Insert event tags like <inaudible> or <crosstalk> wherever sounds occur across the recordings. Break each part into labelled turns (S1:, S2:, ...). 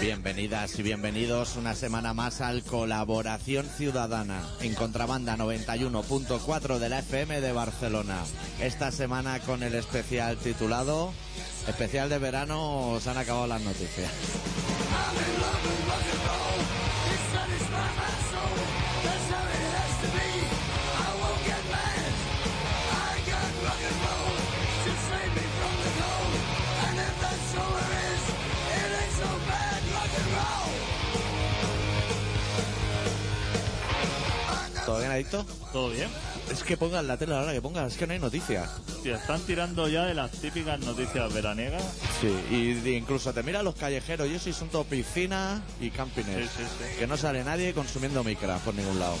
S1: Bienvenidas y bienvenidos una semana más al Colaboración Ciudadana en Contrabanda 91.4 de la FM de Barcelona. Esta semana con el especial titulado Especial de verano, os han acabado las noticias. ¿Todo bien, adicto?
S2: Todo bien.
S1: Es que pongan la tela ahora que pongan, es que no hay noticias.
S2: Te están tirando ya de las típicas noticias veraniegas.
S1: Sí, y, y incluso te mira los callejeros, yo sí son todo piscinas y campines.
S2: Sí, sí, sí.
S1: Que no sale nadie consumiendo micras por ningún lado.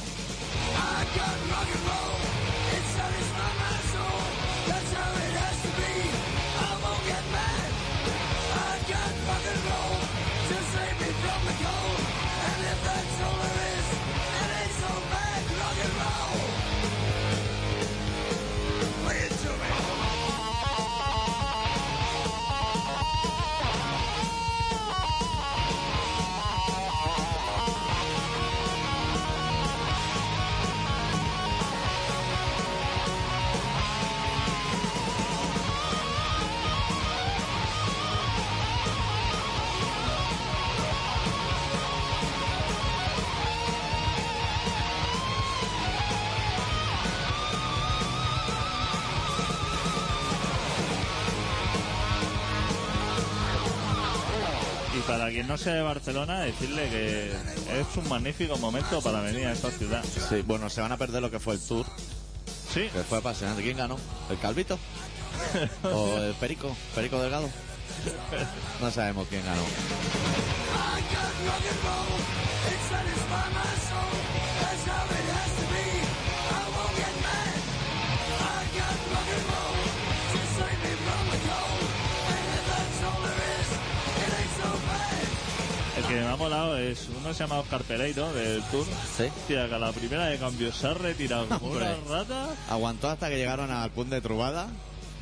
S2: Y para quien no sea de Barcelona, decirle que es un magnífico momento para venir a esta ciudad.
S1: Sí, bueno, se van a perder lo que fue el tour,
S2: Sí,
S1: que fue apasionante. ¿Quién ganó? ¿El Calvito? ¿O el Perico? ¿Perico Delgado? No sabemos quién ganó.
S2: el que me ha molado es uno que se llama Oscar Pereiro del Tour.
S1: Sí.
S2: Hostia, que a la primera de cambio se ha retirado como una
S1: Hombre.
S2: rata.
S1: Aguantó hasta que llegaron al Punt de Trubada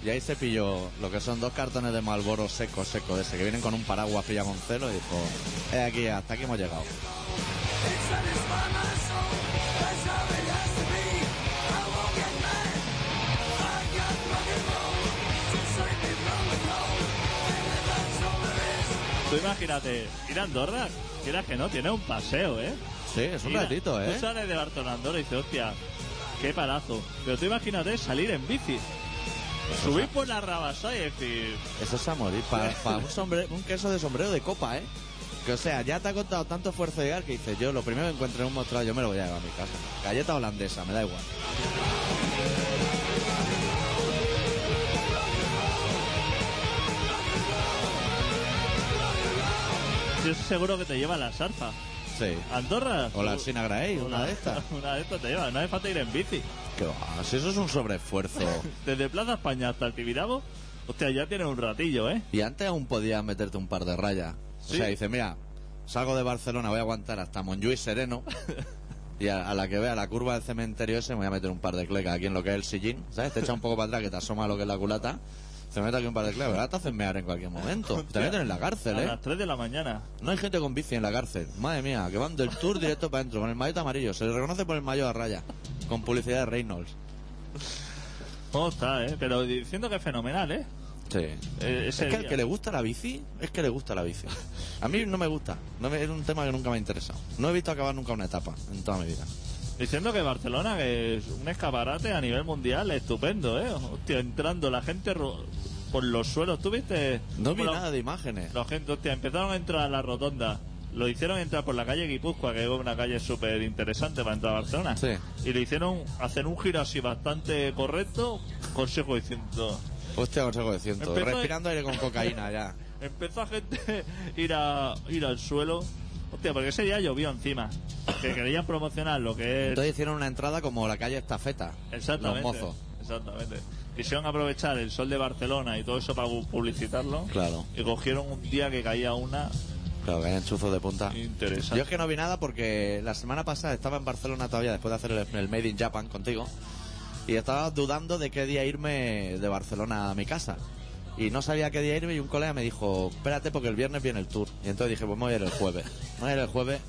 S1: y ahí se pilló lo que son dos cartones de Malboro seco, seco, de ese que vienen con un paraguas pilla Moncelo y dijo, "Eh, aquí, hasta aquí hemos llegado.
S2: Tú imagínate, ir a Andorra, quieras que no, tiene un paseo, ¿eh?
S1: Sí, es un
S2: Mira,
S1: ratito, ¿eh?
S2: Tú sales de Barcelona a Andorra y dices, hostia, qué parazo. Pero tú imagínate salir en bici,
S1: Pues,
S2: subir por la rabasa y decir,
S1: Eso es a morir. Para un, sombre- un queso de sombrero de copa, ¿eh? Que o sea, ya te ha contado tanto esfuerzo llegar que dices, yo lo primero que encuentre en un mostrador, yo me lo voy a llevar a mi casa. Galleta holandesa, me da igual.
S2: yo estoy seguro que te lleva la sarfa.
S1: Sí.
S2: Andorra.
S1: O la
S2: tú-
S1: China Grey, una de estas.
S2: <laughs> Una de estas te lleva, no hace falta ir en bici.
S1: Que va, si eso es un sobreesfuerzo.
S2: Desde Plaza España hasta el Tibidabo, hostia, ya tienes un ratillo, ¿eh?
S1: Y antes aún podías meterte un par de rayas. O
S2: Sí.
S1: sea, dices, mira, salgo de Barcelona, voy a aguantar hasta Monjuic sereno. Y a, a la que vea la curva del cementerio ese, me voy a meter un par de clecas aquí en lo que es el sillín. ¿Sabes? Te echa un poco para atrás que te asoma lo que es la culata. Te mete aquí un par de clecas, pero ahora te hacen mear en cualquier momento. Te meten en la cárcel,
S2: a
S1: ¿eh?
S2: las 3 de la mañana.
S1: No hay gente con bici en la cárcel. Madre mía, que van del tour directo para adentro, con el maillot amarillo. Se le reconoce por el maillot a raya. Con publicidad de Reynolds.
S2: ¿Cómo está, eh? Pero diciendo que es fenomenal, ¿eh?
S1: Sí.
S2: Eh,
S1: Es
S2: ese
S1: que al
S2: día.
S1: que le gusta la bici, es que le gusta la bici. A mí no me gusta. No me- es un tema que nunca me ha interesado. No he visto acabar nunca una etapa en toda mi vida.
S2: Diciendo que Barcelona, que es un escaparate a nivel mundial, estupendo, ¿eh? Hostia, entrando la gente ro- por los suelos, ¿tú viste?
S1: No vi
S2: Bueno,
S1: nada de imágenes.
S2: La gente, hostia, empezaron a entrar a la rotonda. Lo hicieron entrar por la calle Guipúzcoa, que es una calle súper interesante para entrar a Barcelona.
S1: Sí.
S2: Y le hicieron hacer un giro así bastante correcto. Consejo diciendo.
S1: Hostia, consejo de ciento.
S2: Empezó-
S1: Respirando aire con cocaína
S2: <laughs>
S1: ya.
S2: Empezó a gente <laughs> ir a ir al suelo. Hostia, porque ese día llovió encima. Que querían promocionar lo que es.
S1: Entonces hicieron una entrada como la calle Estafeta.
S2: Eh, Exactamente.
S1: Los mozos.
S2: Exactamente. Quisieron aprovechar el sol de Barcelona y todo eso para bu- publicitarlo.
S1: Claro.
S2: Y cogieron un día que caía una
S1: Claro, que eran chuzos de punta.
S2: interesante.
S1: Ah, Yo es que no vi nada porque la semana pasada estaba en Barcelona todavía después de hacer el, el Made in Japan contigo y estaba dudando de qué día irme de Barcelona a mi casa. Y no sabía qué día irme y un colega me dijo, espérate porque el viernes viene el tour. Y entonces dije, pues me voy a ir el jueves. Me voy a ir el jueves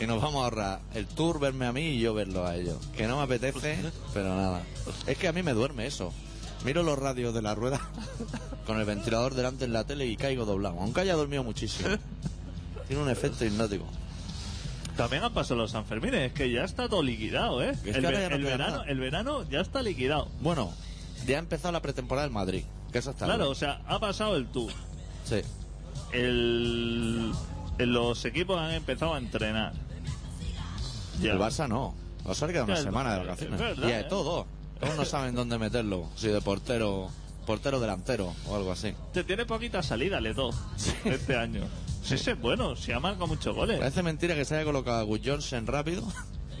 S1: y nos vamos a ahorrar el tour, verme a mí y yo verlo a ellos. Que no me apetece, pero nada. Es que a mí me duerme eso. Miro los radios de la rueda <laughs> con el ventilador delante en la tele y caigo doblado. Aunque haya dormido muchísimo. Tiene un efecto hipnótico.
S2: También han pasado los Sanfermines, es que ya está todo liquidado, ¿eh?
S1: que
S2: el,
S1: ahora
S2: ve-
S1: ya no
S2: el
S1: queda
S2: verano,
S1: nada.
S2: el verano ya está liquidado.
S1: Bueno, ya ha empezado la pretemporada en Madrid. Que eso está
S2: Claro,
S1: bien.
S2: o sea, ha pasado el tour.
S1: Sí.
S2: El, el- los equipos han empezado a entrenar. Ya.
S1: El Barça no. El Barça le queda una
S2: Ya, el
S1: semana de
S2: Barça,
S1: vacaciones.
S2: es verdad,
S1: y de
S2: ¿eh?
S1: todo. Aún no saben dónde meterlo. Si de portero, portero delantero o algo así.
S2: Te tiene poquita salida, Leto, este año. Sí, sí, es bueno, se ha marcado muchos goles.
S1: Parece mentira que se haya colocado a Gus Johnson rápido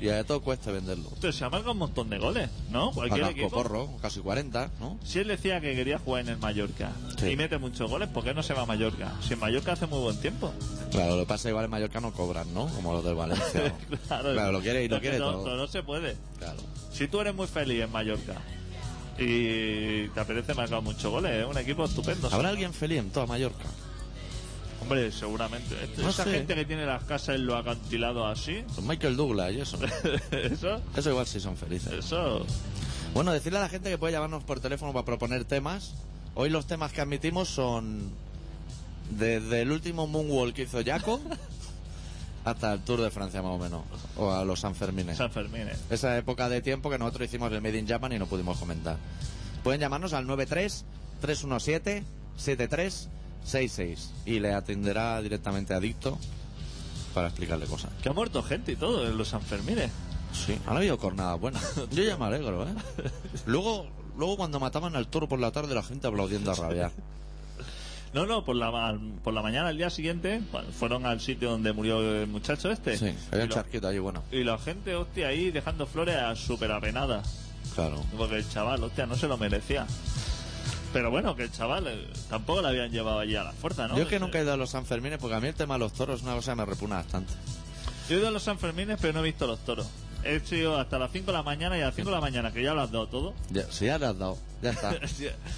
S1: y a todo cueste venderlo.
S2: Hostia, se ha marcado un montón de goles, ¿no?
S1: A
S2: Cualquier
S1: casco
S2: equipo.
S1: porro, casi 40, ¿no?
S2: Si él decía que quería jugar en el Mallorca
S1: Sí.
S2: y mete muchos goles, ¿por qué no se va a Mallorca? Si en Mallorca hace muy buen tiempo. <laughs>
S1: Claro, lo que pasa igual en Mallorca no cobran, ¿no? Como los del
S2: <laughs>
S1: Valencia. lo quiere y lo
S2: es que
S1: quiere
S2: no-
S1: todo.
S2: no- no se puede.
S1: Claro.
S2: Si tú eres muy feliz en Mallorca y te apetece marcar muchos goles, es un equipo estupendo.
S1: ¿Habrá alguien feliz en toda Mallorca?
S2: Hombre, seguramente. Este-
S1: No
S2: Esa
S1: sé.
S2: gente que tiene las casas en los acantilados
S1: <laughs>
S2: así,
S1: Pues Michael Douglas y eso.
S2: eso,
S1: Eso igual sí son felices.
S2: eso.
S1: Bueno, decirle a la gente que puede llamarnos por teléfono para proponer temas. Hoy los temas que admitimos son desde el último Moonwalk que hizo Jaco hasta el Tour de Francia más o menos, o a los Sanfermines.
S2: San Fermín. eh.
S1: Esa época de tiempo que nosotros hicimos el Made in Japan y no pudimos comentar. Pueden llamarnos al 93-317-7366 y le atenderá directamente Adicto para explicarle cosas.
S2: Que ha muerto gente y todo en los ¿eh? Sanfermines.
S1: Sí, han habido cornadas
S2: <laughs>
S1: buenas. Yo ya me alegro, ¿eh? Luego, luego cuando mataban al toro por la tarde, la gente aplaudiendo a rabiar.
S2: No, no, por la, ma- por la mañana, al día siguiente, bueno, fueron al sitio donde murió el muchacho este.
S1: Sí, había
S2: y,
S1: un
S2: lo-
S1: charquito allí, bueno.
S2: y la gente, hostia, ahí dejando flores a súper apenada.
S1: Claro.
S2: Porque el chaval, hostia, no se lo merecía. Pero bueno, que el chaval eh, tampoco la habían llevado allí a la fuerza, ¿no?
S1: Yo es que nunca he ido a los Sanfermines porque a mí el tema de los toros es una cosa que me repugna bastante.
S2: Yo he ido a los Sanfermines, pero no he visto los toros. He sido hasta las 5 de la mañana y a las 5 de la mañana, que ya lo has dado todo, <laughs>
S1: Ya, si ya le has dado, ya está.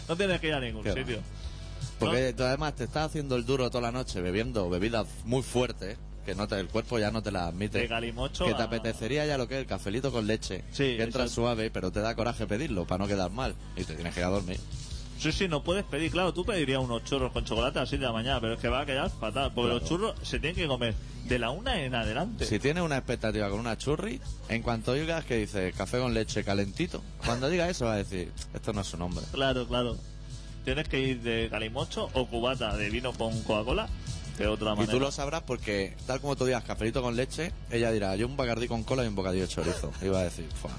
S2: no tienes que ir a ningún
S1: Qué va.
S2: sitio.
S1: Porque tú además te estás haciendo el duro toda la noche bebiendo bebidas muy fuertes que no te, el cuerpo ya no te las
S2: De
S1: admite.
S2: Galimocho.
S1: Que te
S2: a-
S1: apetecería ya lo que es el cafelito con leche.
S2: Sí,
S1: que entra
S2: exacto.
S1: suave, pero te da coraje pedirlo para no quedar mal. Y te tienes que ir a dormir.
S2: Sí, sí, no puedes pedir. Claro, tú pedirías unos churros con chocolate a las 6 de la mañana, pero es que va a quedar fatal. Porque
S1: Claro.
S2: los churros se tienen que comer de la una en adelante.
S1: Si tienes una expectativa con una churri, en cuanto oigas que dice café con leche calentito, cuando diga eso va a decir, esto no es su nombre.
S2: Claro, claro. Tienes que ir de Galimocho o cubata de vino con Coca-Cola, de otra
S1: Y
S2: manera.
S1: tú lo sabrás porque, tal como tú digas cafelito con leche, ella dirá, yo un bacardí con cola y un bocadillo de chorizo. Y va a decir, "Fua,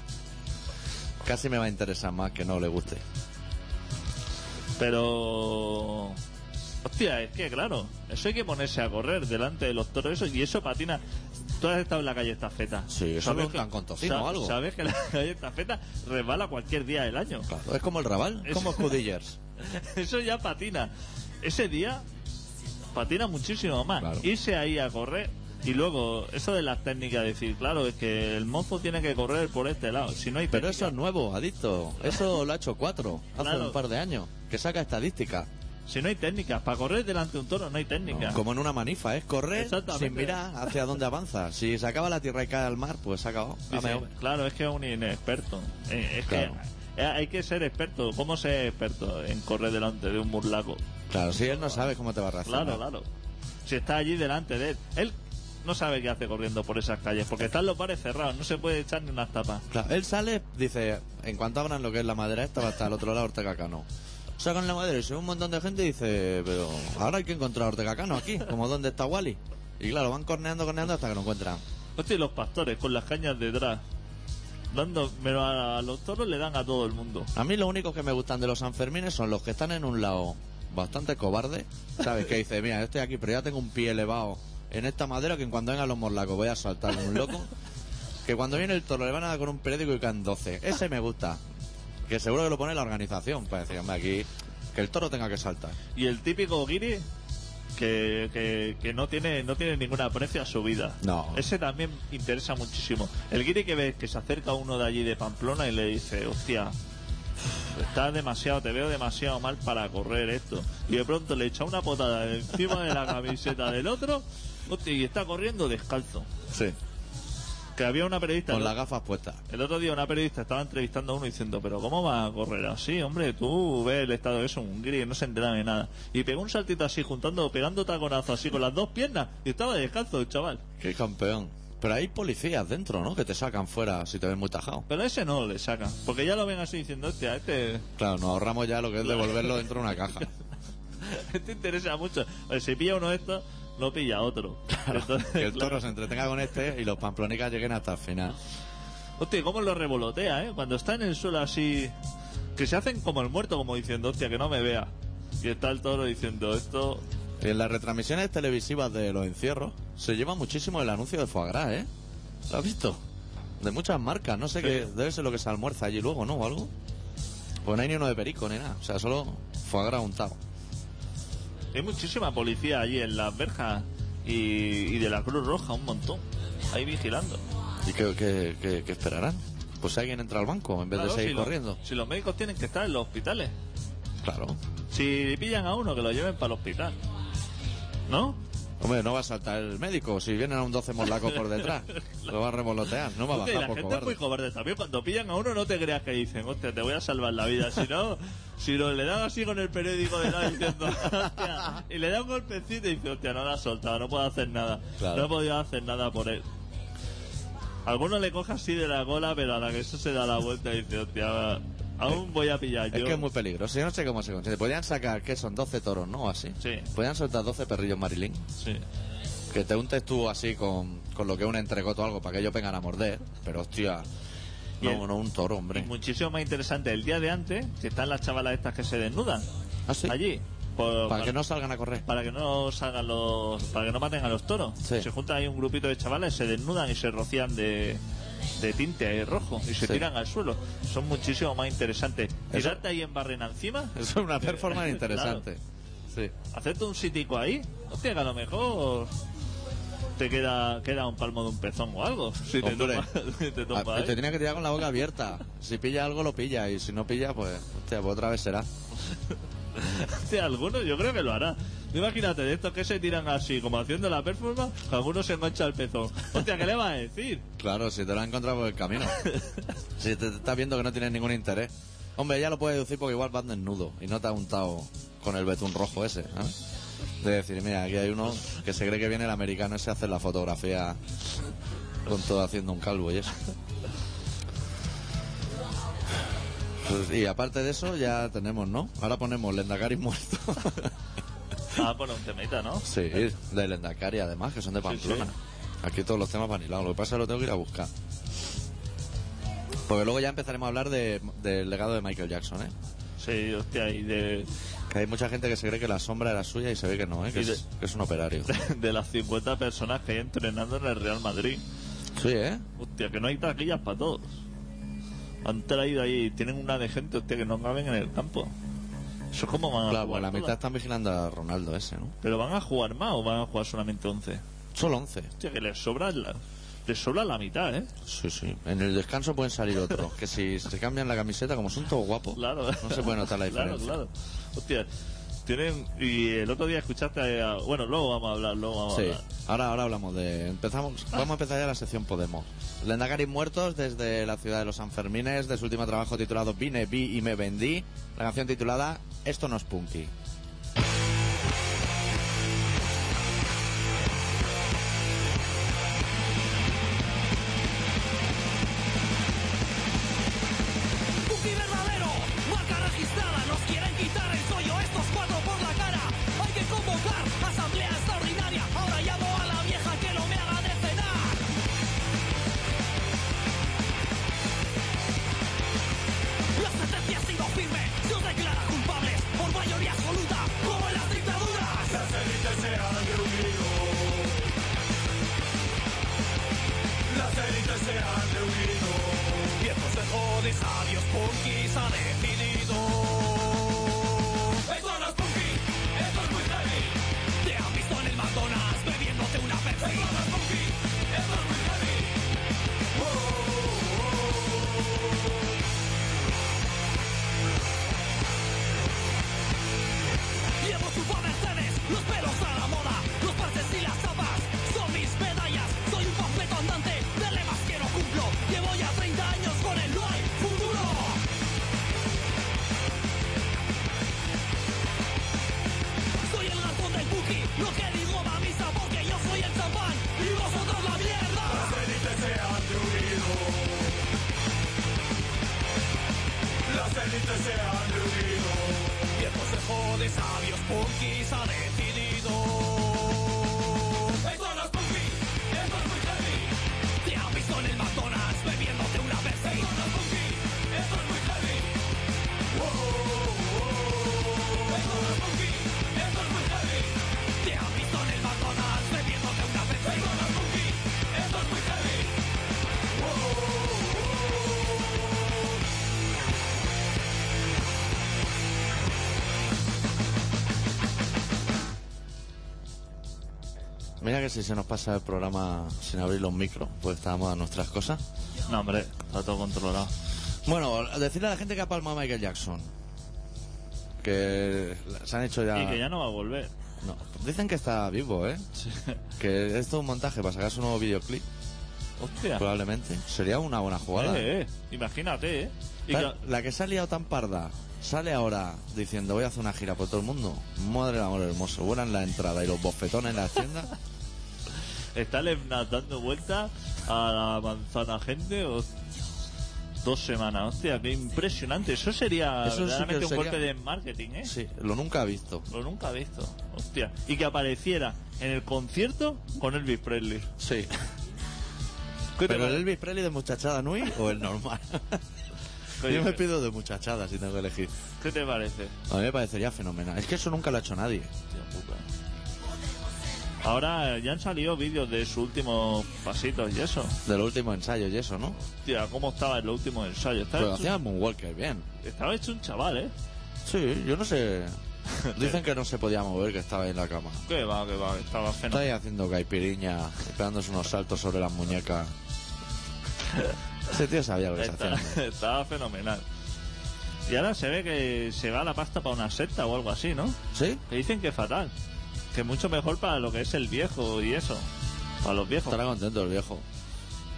S1: casi me va a interesar más que no le guste.
S2: Pero. Hostia, es que claro, eso hay que ponerse a correr delante de los toros eso, y eso patina. Tú has estado en la calle Estafeta.
S1: Sí, eso lo untan con tocino
S2: sa-
S1: o algo.
S2: Sabes que la <laughs> calle Estafeta resbala cualquier día del año.
S1: Claro, es como el rabal, es como Scudillers.
S2: <laughs> Eso ya patina. Ese día patina muchísimo más.
S1: Claro.
S2: Irse ahí a correr y luego eso de las técnicas, decir, claro, es que el mozo tiene que correr por este lado. Si no hay
S1: Pero eso
S2: técnica.
S1: es nuevo, adicto. Eso lo ha hecho cuatro, hace
S2: Claro.
S1: un par de años, que saca estadística.
S2: Si no hay técnicas, para correr delante de un toro no hay técnica.
S1: Como en una manifa, es correr
S2: Exactamente.
S1: sin mirar hacia dónde avanza. Si se acaba la tierra y cae al mar, pues se acabó.
S2: Sí,
S1: Dame,
S2: sí,
S1: hombre.
S2: Ah, claro, es que es un inexperto. Eh, Es
S1: Claro.
S2: que eh, hay que ser experto. ¿Cómo ser experto en correr delante de un murlaco?
S1: Claro, si él no sabe cómo te va a reaccionar.
S2: Claro, claro. Si está allí delante de él. Él no sabe qué hace corriendo por esas calles, porque están los bares cerrados, no se puede echar ni unas tapas.
S1: Claro, él sale, dice, en cuanto abran lo que es la madera esta, va a estar al otro lado Ortega Cano. Sacan la madera y se ve un montón de gente y dice, pero ahora hay que encontrar a Ortega Cano aquí, como dónde está Wally. Y claro, van corneando, corneando hasta que lo encuentran.
S2: Hostia, y los pastores con las cañas detrás. Dando, pero a, a los toros le dan a todo el mundo.
S1: A mí lo único que me gustan de los Sanfermines son los que están en un lado bastante cobarde, ¿sabes? Que dice, mira, yo estoy aquí, pero ya tengo un pie elevado en esta madera que en cuanto vengan los morlacos voy a saltar como un loco. Que cuando viene el toro le van a dar con un periódico y caen 12. Ese me gusta. Que seguro que lo pone la organización para decir, hombre, aquí que el toro tenga que saltar.
S2: Y el típico guiri que, que- que no tiene no tiene ningún aprecio a su vida.
S1: No.
S2: Ese también interesa muchísimo. El guiri que ve que se acerca uno de allí de Pamplona y le dice, hostia, Está demasiado, te veo demasiado mal para correr esto. Y de pronto le echa una potada encima de la camiseta del otro hostia, y está corriendo descalzo.
S1: Sí.
S2: Que había una periodista.
S1: Con
S2: el-
S1: las gafas puestas.
S2: El otro día una periodista estaba entrevistando a uno diciendo, pero ¿cómo va a correr así? Hombre, tú ves el estado de eso, un gris, no se entera de nada. Y pegó un saltito así, juntando, pegando taconazo así con las dos piernas y estaba descalzo el chaval.
S1: Qué campeón. Pero hay policías dentro, ¿no? Que te sacan fuera si te ven muy tajado.
S2: Pero a ese no le saca, porque ya lo ven así diciendo, hostia, este, <laughs>
S1: Claro, nos ahorramos ya lo que es devolverlo dentro de una caja.
S2: este interesa mucho. Oye, si pilla uno de estos, no pilla <laughs> otro. Entonces,
S1: Que el
S2: claro.
S1: toro se entretenga con este y los pamplonicas lleguen hasta el final.
S2: Hostia, cómo lo revolotea, ¿eh? Cuando está en el suelo así... Que se hacen como el muerto, como diciendo, hostia, que no me vea. Y está el toro diciendo, esto...
S1: Y en las retransmisiones televisivas de los encierros se lleva muchísimo el anuncio de foie gras, ¿eh? ¿Lo has visto? De muchas marcas, no sé qué, debe ser lo que se almuerza allí luego, ¿no? O algo. Pues no hay ni uno de perico ni nada, o sea, solo foie gras untado.
S2: Hay muchísima policía allí en las verjas y, y de la Cruz Roja, un montón. Ahí vigilando.
S1: ¿Y qué, qué- qué- qué esperarán? Pues si alguien entra al banco en vez
S2: Claro,
S1: de seguir
S2: si lo-
S1: corriendo.
S2: si los médicos tienen que estar en los hospitales.
S1: Claro.
S2: Si pillan a uno, que lo lleven para el hospital. ¿No?
S1: Hombre, no va a saltar el médico. Si vienen a un 12 morlaco por
S2: <laughs>
S1: detrás, lo va a revolotear. No va a
S2: Hostia, y la
S1: bajar por
S2: gente es
S1: cobarde.
S2: muy cobarde también. Cuando pillan a uno, no te creas que dicen, hostia, te voy a salvar la vida. Si no, <laughs> si no, le dan así con el periódico de lado diciendo, <laughs> hostia, y le da un golpecito y dice, hostia, no la ha soltado, no puedo hacer nada.
S1: Claro.
S2: No he podido hacer nada por él. Alguno le coge así de la cola, pero a la que eso se da la vuelta y dice, hostia, aún voy a pillar
S1: Eh, Es
S2: yo.
S1: que es muy peligroso. Yo no sé cómo se consigue. Podrían sacar, que son 12 toros, ¿no? O así.
S2: Sí.
S1: Podrían soltar 12 perrillos marilín.
S2: Sí.
S1: Que te untes tú así con, con lo que es un entrecoto o algo para que ellos vengan a morder. Pero hostia,
S2: Y
S1: no,
S2: el-
S1: no un toro,
S2: Y
S1: hombre.
S2: muchísimo más interesante el día de antes, que están las chavalas estas que se desnudan
S1: Ah, sí.
S2: allí. Por-
S1: Para que no salgan a correr. <laughs>
S2: para que no salgan los para que no maten a los toros
S1: Sí.
S2: se juntan ahí un grupito de chavales se desnudan y se rocían de, de tinte rojo y se
S1: Sí.
S2: tiran al suelo son muchísimo más interesantes
S1: Eso-
S2: tirarte ahí en barrena encima
S1: Eso es una
S2: <laughs>
S1: performance interesante. Sí.
S2: hacerte un sitico ahí hostia que a lo mejor te queda queda un palmo de un pezón o algo si te
S1: Hombre.
S2: toma, <laughs> si te toma
S1: Ah,
S2: ahí.
S1: Te tenía que tirar con la boca abierta. Si pilla algo, lo pilla. Y si no pilla, pues, hostia, pues otra vez será.
S2: Hostia, algunos yo creo que lo hará. Imagínate de estos que se tiran así, como haciendo la performance, que algunos se engancha el pezón. Hostia, ¿qué le vas a
S1: <laughs>
S2: decir?
S1: Claro, si te lo has encontrado por el camino. si te, te estás viendo que no tienes ningún interés. Hombre, ya lo puedes deducir porque igual vas desnudo y no te has untado con el betún rojo ese. ¿sabes? De decir, mira, aquí hay uno que se cree que viene el americano y se hace la fotografía con todo haciendo un calvo y eso. Pues, Y aparte de eso, ya tenemos, ¿no? Ahora ponemos Lendakari muerto.
S2: Ah, bueno, un temita, ¿no?
S1: sí, de Lendakari además, que son de
S2: Eh. Sí,
S1: Pamplona. Aquí todos los temas van hilados. Lo que pasa es que lo tengo que ir a buscar. Porque luego ya empezaremos a hablar de- del legado de Michael Jackson, ¿eh?
S2: Sí, hostia, y de, <laughs>
S1: Que hay mucha gente que se cree que la sombra era suya y se ve que no, ¿eh? Que,
S2: Y de-
S1: es, que es un
S2: <laughs>
S1: operario.
S2: de las 50 personas que hay entrenando en el Real Madrid.
S1: Sí, ¿eh?
S2: Hostia, que no hay taquillas para todos. Han traído ahí, tienen una de gente, hostia, que no caben en el campo. Eso es como van a
S1: Claro, pues
S2: jugar.
S1: la
S2: todas.
S1: mitad están vigilando a Ronaldo ese, ¿no?
S2: Pero van a jugar más o van a jugar solamente 11.
S1: Solo 11.
S2: Hostia, que les sobra la, les sobra la mitad, ¿eh?
S1: Sí, sí. En el descanso pueden salir otros. Que si se cambian la camiseta, como son todos guapos,
S2: Claro.
S1: no se puede notar la
S2: <laughs> Claro,
S1: diferencia.
S2: claro. Hostia, tienen. Y el otro día escuchaste. a- bueno, luego vamos a hablar, luego vamos a
S1: Sí,
S2: hablar.
S1: Oh, ahora, ahora hablamos de. Empezamos, vamos a empezar ya la sección Podemos. Lendakari muertos desde la ciudad de los Sanfermines, de su último trabajo titulado Vine, vi y me vendí. La canción titulada Esto no es punky.
S3: Puki verdadero, marca registrada, nos quieren quitar el sollo estos cuatro por la cara. Hay que convocar asamblea extraordinaria, ahora llamo a la vieja que no me haga de cenar. La sentencia ha sido firme, se os declara culpables por mayoría absoluta, como en las dictaduras. Las élites se han reunido. Las élites se han reunido. Y el consejo de sabios punkis ha decidido. Esto no es punky, esto es muy heavy. Te han visto en el McDonald's bebiéndote una Pepsi. Esto no es punky, esto es muy heavy. Oh.
S1: Mira que si se nos pasa el programa sin abrir los micros, pues estábamos a nuestras cosas.
S2: No, hombre, está todo controlado.
S1: Bueno, decirle a la gente que ha palmado a Michael Jackson. Que se han hecho ya...
S2: Y que ya no va a volver.
S1: No, dicen que está vivo, ¿eh? Que es todo un montaje para sacar su nuevo videoclip,
S2: <laughs> Hostia.
S1: probablemente. Sería una buena jugada.
S2: Ah. Eh, eh, imagínate, eh. Y
S1: Tal-
S2: que-
S1: La que se ha liado tan parda sale ahora diciendo voy a hacer una gira por todo el mundo. Madre del amor hermoso. Vuelan la entrada y los bofetones en las tiendas.
S2: Está Levnat dando vueltas a la manzana gente o- dos semanas. Hostia, qué impresionante. Eso sería
S1: Eso sí que
S2: verdaderamente un
S1: sería-
S2: golpe de marketing, ¿eh?
S1: Sí, lo nunca he visto.
S2: Lo nunca he visto. Hostia. Y que apareciera en el concierto con Elvis Presley.
S1: Sí.
S2: ¿Qué te
S1: ¿Pero el
S2: parece?
S1: Elvis Presley de muchachada Nui o el normal?
S2: Oye,
S1: Yo me pido de muchachada si tengo que elegir.
S2: ¿Qué te parece?
S1: A mí me parecería fenomenal. Es que eso nunca lo ha hecho nadie.
S2: Hostia puta. Ahora eh, ya han salido vídeos de sus últimos pasitos y eso.
S1: De los últimos ensayos y eso, ¿no?
S2: Hostia, cómo estaba en los últimos ensayos. Estaba,
S1: Pero
S2: hecho-
S1: hacía Moonwalker bien.
S2: estaba hecho un chaval, ¿eh?
S1: Sí, yo no sé. Dicen que no se podía mover, que estaba ahí en la cama.
S2: Que va, que va, que estaba
S1: Está
S2: fenomenal.
S1: ahí haciendo caipiriña, pegándose unos saltos sobre las muñecas. Ese tío sabía lo que se
S2: Está-
S1: hacía.
S2: <laughs> estaba fenomenal. Y ahora se ve que se va la pasta para una secta o algo así, ¿no?
S1: ¿Sí?
S2: Que dicen que es fatal. Que mucho mejor para lo que es el viejo y eso. Para los viejos.
S1: Estará contento el viejo.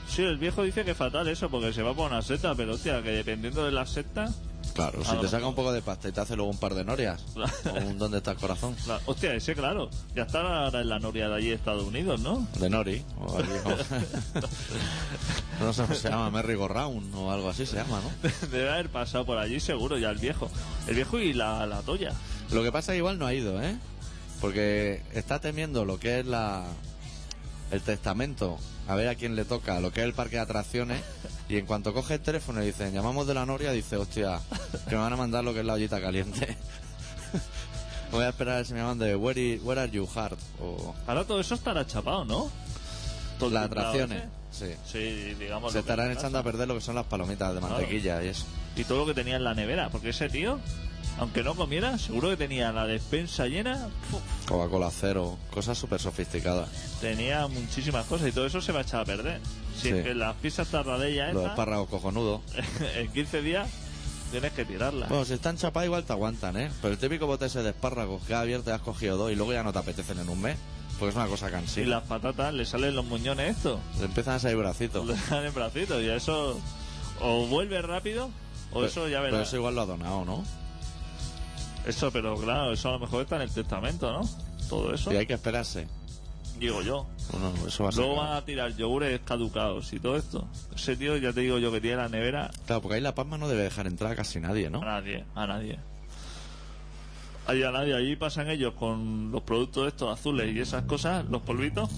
S2: Sí, el viejo dice que es fatal eso porque se va para una secta, pero hostia, que dependiendo de la secta. <laughs>
S1: Claro,
S2: A
S1: si
S2: lo
S1: te saca
S2: mejor.
S1: un poco de pasta y te hace luego un par de norias, o un ¿dónde está el corazón?
S2: la- hostia, ese claro. Ya está ahora en la noria de allí de Estados Unidos, ¿no? <laughs>
S1: De nori, o algo. <laughs> No sé cómo se llama, Merry Go Round, o algo así se llama, ¿no?
S2: Debe haber pasado por allí seguro ya el viejo. El viejo y la, la toya.
S1: Lo que pasa es que igual no ha ido, ¿eh? Porque está temiendo lo que es la el testamento, a ver a quién le toca, lo que es el parque de atracciones, y en cuanto coge el teléfono y dicen, llamamos de la Noria, dice, hostia, que me van a mandar lo que es la ollita caliente. <laughs> Voy a esperar a ver si me mandan de Where, i- Where are you heart? o
S2: Ahora todo eso estará chapado, ¿no? Todo ¿eh?
S1: las
S2: timbrado
S1: atracciones.
S2: ese.
S1: Sí.
S2: Sí, digamos.
S1: Se
S2: lo que
S1: estarán
S2: pues, pasa.
S1: echando a perder lo que son las palomitas de mantequilla y eso.
S2: y todo lo que tenía en la nevera, porque ese tío, aunque no comiera, seguro que tenía la despensa llena, ¡puf!
S1: Coca-Cola cero, cosas súper sofisticadas.
S2: tenía muchísimas cosas y todo eso se va a echar a perder. Si
S1: Sí.
S2: es que las pizzas tardadellas
S1: Los
S2: esas,
S1: espárragos cojonudos.
S2: <laughs> en 15 días tienes que tirarlas.
S1: Bueno, si están chapadas igual te aguantan, ¿eh? Pero el típico bote ese de espárragos que has abierto y has cogido dos y luego ya no te apetecen en un mes, porque es una cosa
S2: Y
S1: cansina.
S2: las patatas le salen los muñones estos,
S1: Le empiezan a salir bracitos.
S2: le salen bracitos y a eso o vuelve rápido o
S1: Pero-
S2: eso ya
S1: Pero
S2: verás.
S1: eso igual lo ha donado, ¿no?
S2: Eso, pero claro, eso a lo mejor está en el testamento, ¿no? Todo eso,
S1: Y hay que esperarse.
S2: digo yo.
S1: Bueno, eso va a ser.
S2: Luego van a tirar yogures caducados y todo esto. Ese tío, ya te digo yo, que tiene la nevera
S1: Claro, porque ahí la Palma no debe dejar entrar a casi nadie, ¿no?
S2: A nadie, a nadie. Ahí a nadie, allí pasan ellos con los productos estos azules y esas cosas, los polvitos.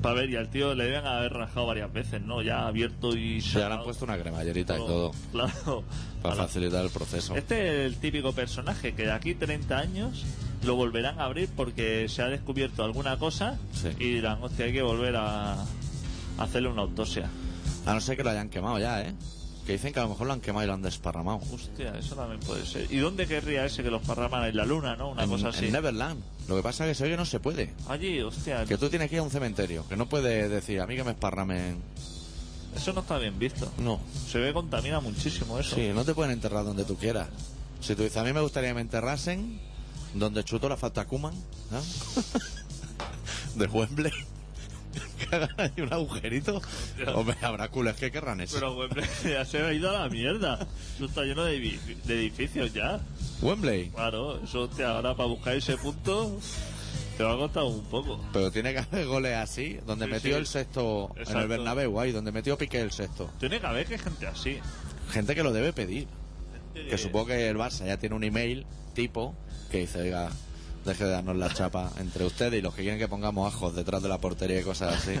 S2: Para ver, y al tío le deben haber rajado varias veces, ¿no? Ya abierto y
S1: Ya le
S2: sacado
S1: han puesto una cremallerita y todo,
S2: Claro.
S1: <laughs> para
S2: A la-
S1: facilitar el proceso.
S2: Este es el típico personaje que de aquí 30 años lo volverán a abrir porque se ha descubierto alguna cosa
S1: Sí.
S2: y dirán, hostia, hay que volver a a hacerle una autopsia.
S1: A no ser que lo hayan quemado ya, ¿eh? Que dicen que a lo mejor lo han quemado y lo han desparramado.
S2: Hostia, eso también puede ser. ¿Y dónde querría ese que los parraman en la luna, no? Una
S1: en,
S2: cosa
S1: en
S2: así.
S1: Neverland. Lo que pasa es que se ve que no se puede.
S2: Allí, hostia,
S1: Que tú tienes que ir a un cementerio. Que no puedes decir, a mí que me esparramen.
S2: eso no está bien visto.
S1: No,
S2: Se ve contamina muchísimo eso.
S1: Sí, no te pueden enterrar donde tú quieras. Si tú dices, a mí me gustaría que me enterrasen donde chuto la falta Kuman, ¿no? <laughs> De Wembley. <laughs> que hagan ahí un agujerito. Hombre, habrá cules que querrán eso.
S2: Pero Wembley <laughs> ya se ha ido a la mierda. Eso está lleno de, edifi- de edificios ya.
S1: Wembley.
S2: Claro, eso hostia, ahora para buscar ese punto te va a costar un poco.
S1: Pero tiene que haber goles así, donde
S2: Sí,
S1: metió
S2: sí.
S1: el sexto en
S2: Exacto.
S1: el Bernabéu, ahí, donde metió Piqué el sexto.
S2: Tiene que haber que gente así.
S1: Gente que lo debe pedir.
S2: Eh,
S1: Que supongo que el Barça ya tiene un email tipo que dice, oiga, deje de darnos la chapa entre ustedes y los que quieren que pongamos ajos detrás de la portería y cosas
S2: <laughs>
S1: así.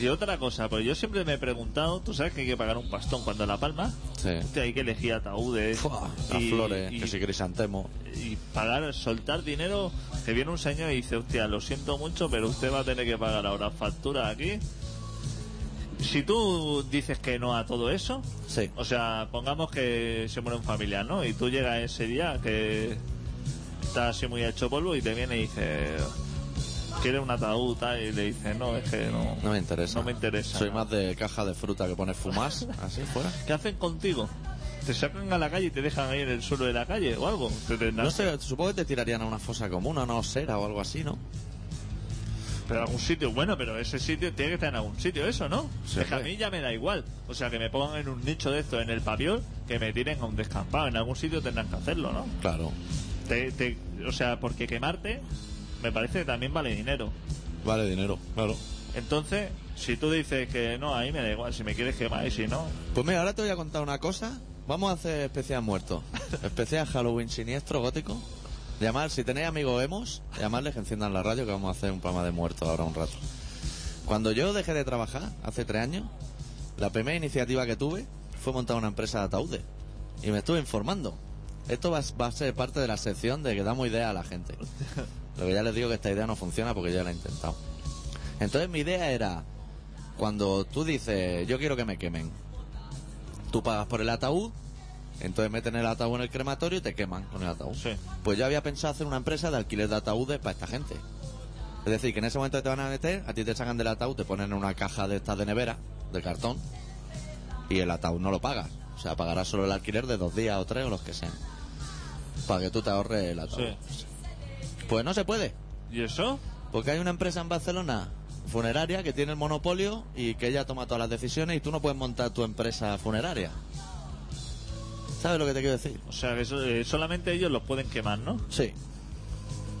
S2: Y otra cosa, pero yo siempre me he preguntado, tú sabes que hay que pagar un pastón cuando en La Palma,
S1: Sí.
S2: hostia, hay que elegir ataúdes
S1: Fua, Las
S2: y-
S1: flores,
S2: y-
S1: que si crisantemo.
S2: y pagar, soltar dinero, que viene un señor y dice, hostia, lo siento mucho, pero usted va a tener que pagar ahora factura aquí. Si tú dices que no a todo eso,
S1: Sí.
S2: o sea, pongamos que se muere un familiar, ¿no? Y tú llegas ese día que estás así muy hecho polvo y te viene y dice, quiere un ataúd tal, y le dice, no, es que no,
S1: No me interesa.
S2: No me interesa.
S1: Soy más de caja de fruta que pone
S2: <laughs>
S1: fumás, así fuera.
S2: ¿Qué hacen contigo? ¿Te sacan a la calle y te dejan ahí en el suelo de la calle o algo? Te tendrán-
S1: No sé, supongo que te tirarían a una fosa común, a una osera o algo así, ¿no?
S2: Pero algún sitio, bueno, pero ese sitio tiene que estar en algún sitio, eso, ¿no?
S1: Sí,
S2: es que a
S1: hombre.
S2: mí ya me da igual. O sea, que me pongan en un nicho de esto, en el papiol, que me tiren a un descampado. En algún sitio tendrán que hacerlo, ¿no?
S1: Claro.
S2: Te- te- o sea, porque quemarte me parece que también vale dinero.
S1: Vale dinero, claro.
S2: Entonces, si tú dices que no, ahí me da igual, si me quieres quemar y si no,
S1: Pues mira, ahora te voy a contar una cosa. Vamos a hacer especial muertos. Especial Halloween siniestro, gótico. Llamar, si tenéis amigos hemos, llamarles que enciendan la radio que vamos a hacer un programa de muertos ahora un rato. Cuando yo dejé de trabajar, hace tres años, la primera iniciativa que tuve fue montar una empresa de ataúdes. Y me estuve informando. Esto va, va a ser parte de la sección de que damos idea a la gente. Lo que ya les digo que esta idea no funciona porque yo ya la he intentado. Entonces mi idea era, cuando tú dices, yo quiero que me quemen, tú pagas por el ataúd, entonces meten el ataúd en el crematorio y te queman con el ataúd.
S2: Sí.
S1: Pues yo había pensado hacer una empresa de alquiler de ataúdes para esta gente. Es decir, que en ese momento que te van a meter, a ti te sacan del ataúd, te ponen en una caja de estas de nevera, de cartón, y el ataúd no lo pagas. O sea, pagarás solo el alquiler de dos días o tres o los que sean. Para que tú te ahorres el ataúd.
S2: sí.
S1: Pues no se puede.
S2: ¿Y eso?
S1: Porque hay una empresa en Barcelona funeraria que tiene el monopolio y que ella toma todas las decisiones y tú no puedes montar tu empresa funeraria. ¿Sabes lo que te quiero decir?
S2: O sea, que so- eh, solamente ellos los pueden quemar, ¿no?
S1: Sí.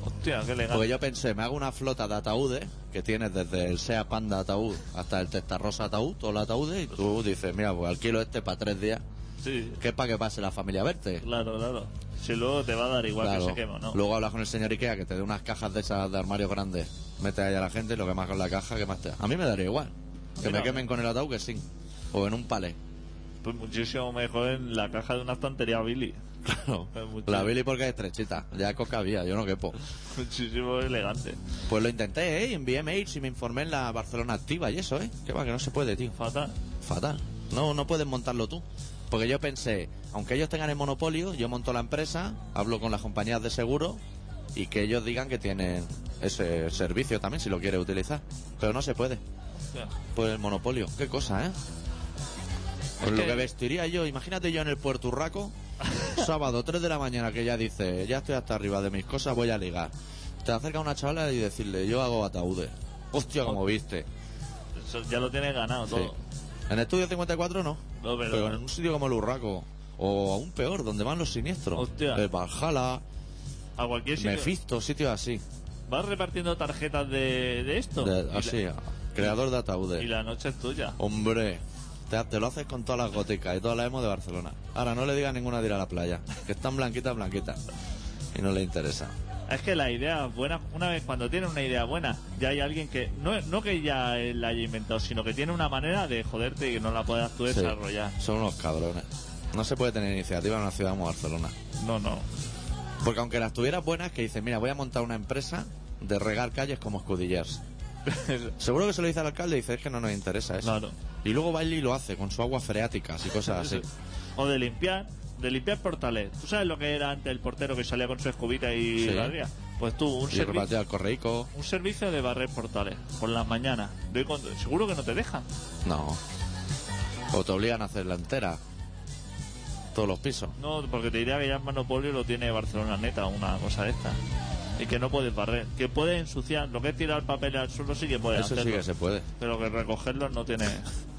S2: Hostia, qué legal.
S1: Porque yo pensé, me hago una flota de ataúdes que tienes desde el Sea Panda ataúd hasta el Testarrosa ataúd, todos los ataúdes, y tú dices, mira, pues alquilo este para tres días,
S2: Sí,
S1: que es para que pase la familia a verte.
S2: claro, claro. Si luego te va a dar igual
S1: Claro.
S2: que se quema, ¿no?
S1: Luego hablas con el señor Ikea que te dé unas cajas de esas de armarios grandes, metes ahí a la gente y lo quemas con la caja, que más te da. A mí me daría igual. Que
S2: Mira.
S1: me quemen con el ataúd que sí. O en un
S2: <laughs>
S1: palé.
S2: Pues muchísimo mejor en la caja de una estantería Billy.
S1: Claro.
S2: Es mucho.
S1: La Billy porque es estrechita. Ya coca había, yo no quepo.
S2: Muchísimo elegante.
S1: Pues lo intenté, ¿eh? Y envié mails y me informé en la Barcelona Activa y eso, ¿eh? Que va, que no se puede, tío.
S2: Fatal.
S1: Fatal. No, no puedes montarlo tú. Porque yo pensé, aunque ellos tengan el monopolio, yo monto la empresa, hablo con las compañías de seguro y que ellos digan que tienen ese servicio también si lo quieres utilizar. Pero no se puede.
S2: Hostia.
S1: Por el monopolio. Qué cosa, ¿eh? Con lo
S2: que-
S1: que vestiría yo, imagínate yo en el Puerto Urraco,
S2: <laughs>
S1: sábado 3 de la mañana, que ya dice, ya estoy hasta arriba de mis cosas, voy a ligar. Te acerca una chavala y decirle, yo hago ataúdes. Hostia, como viste.
S2: Eso ya lo tienes ganado
S1: Sí.
S2: todo.
S1: En Estudio 54 no.
S2: No, pero-
S1: en un sitio como el Urraco, o aún peor, donde van los siniestros.
S2: Hostia.
S1: El Valhalla,
S2: A cualquier sitio.
S1: Mephisto, sitios así.
S2: Vas repartiendo tarjetas de, de esto.
S1: De-
S2: Y la-
S1: así, creador de
S2: Y
S1: ataúdes.
S2: la noche es tuya.
S1: Hombre, te, te lo haces con todas las góticas y todas las hemos de Barcelona. Ahora no le digas ninguna de ir a la playa, que están blanquitas, blanquitas. Y no le interesa.
S2: Es que la idea buena, una vez cuando tiene una idea buena, ya hay alguien que, no, no que ya eh, la haya inventado, sino que tiene una manera de joderte y que no la puedas tú
S1: Sí,
S2: desarrollar.
S1: Son unos cabrones. No se puede tener iniciativa en una ciudad como Barcelona.
S2: No, no.
S1: Porque aunque las tuvieras buenas, que dices, mira, voy a montar una empresa de regar calles como escudillers.
S2: <laughs>
S1: Seguro que se lo dice al alcalde y dice, es que no nos interesa eso.
S2: Claro.
S1: Y luego Bailey lo hace con su agua freáticas y cosas
S2: <laughs>
S1: así.
S2: O de limpiar, de limpiar portales. ¿Tú sabes lo que era antes el portero que salía con su escobita y
S1: Sí.
S2: barría? Pues tú, un
S1: Y repartir
S2: servicio,
S1: al correico.
S2: un servicio de barrer portales por las mañanas. De cuando- seguro que no te dejan.
S1: No. O te obligan a hacerla entera. Todos los pisos.
S2: No, porque te diría que ya el monopolio lo tiene Barcelona neta, una cosa de esta. Y que no puedes barrer, que puedes ensuciar, lo que es tirar papel al suelo sí que puedes
S1: Eso sí
S2: hacerlo,
S1: que se puede.
S2: pero que recogerlo
S1: <laughs>
S2: no tiene...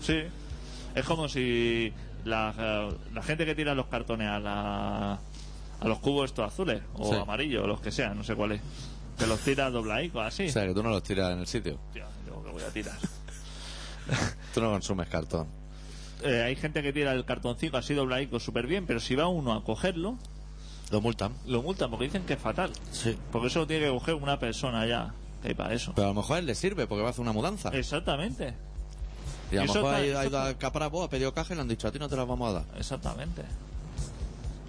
S2: sí, es como si la, eh, la gente que tira los cartones a, la, a los cubos estos azules, o
S1: Sí.
S2: amarillos, o los que sean, no sé cuál es, que los tira doblaico, así.
S1: O sea, que tú no los tiras en el sitio.
S2: Hostia, yo que voy a tirar.
S1: Tú no consumes cartón.
S2: Eh, hay gente que tira el cartoncito así doblaico súper bien, pero si va uno a cogerlo,
S1: Lo multan.
S2: lo multan porque dicen que es fatal.
S1: Sí.
S2: Porque eso lo tiene que coger una persona ya. Que hay para eso.
S1: Pero a lo mejor a él le sirve porque va a hacer una mudanza.
S2: Exactamente.
S1: Y a lo
S2: y Eh, eso
S1: mejor
S2: está-
S1: ha ido,
S2: eso
S1: ha ido
S2: está-
S1: a Caparabo, ha pedido caja y le han dicho, a ti no te las vamos a dar.
S2: Exactamente.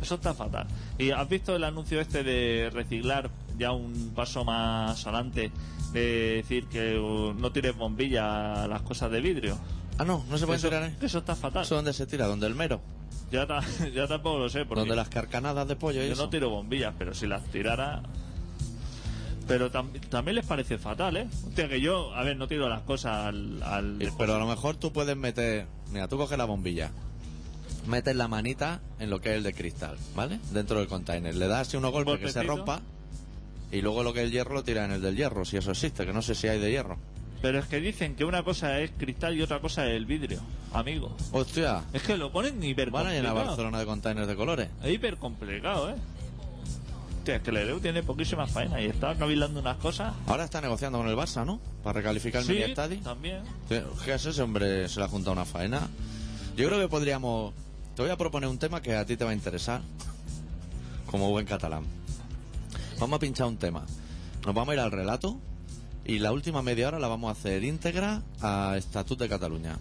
S2: Eso está fatal. ¿Y has visto el anuncio este de reciclar ya un paso más adelante? De decir que uh, no tires bombilla a las cosas de vidrio.
S1: Ah, no, no se puede
S2: eso,
S1: tirar, ¿eh?
S2: eso está fatal.
S1: ¿Eso dónde se tira? ¿Donde el mero?
S2: Ya, ta- <laughs> ya tampoco lo sé. Porque
S1: ¿Donde las carcanadas de pollo y
S2: yo
S1: eso?
S2: no tiro bombillas, pero si las tirara. Pero tam- también les parece fatal, ¿eh? Hostia, que yo, a ver, no tiro las cosas al... al-
S1: Y- Pero a lo mejor tú puedes meter. Mira, tú coges la bombilla, metes la manita en lo que es el de cristal, ¿vale? Dentro del container. Le das así unos golpes que se
S2: Golpecito.
S1: rompa. Y luego lo que es el hierro lo tira en el del hierro, si eso existe, que no sé si hay de hierro.
S2: Pero es que dicen que una cosa es cristal y otra cosa es el vidrio, amigo.
S1: ¡Hostia!
S2: Es que lo ponen hiper
S1: Van a llenar
S2: complicado.
S1: Barcelona de containers de colores.
S2: Es hiper complicado, ¿eh? Hostia, es que el Ereu tiene poquísimas faenas y está cavilando unas cosas.
S1: Ahora está negociando con el Barça, ¿no? Para recalificar el
S2: Sí,
S1: mini estadio.
S2: también.
S1: Sí, ¿Qué es ese hombre? Se le ha juntado una faena. Yo creo que podríamos. Te voy a proponer un tema que a ti te va a interesar. Como buen catalán. Vamos a pinchar un tema. Nos vamos a ir al relato. Y la última media hora la vamos a hacer íntegra a Estatut de Cataluña.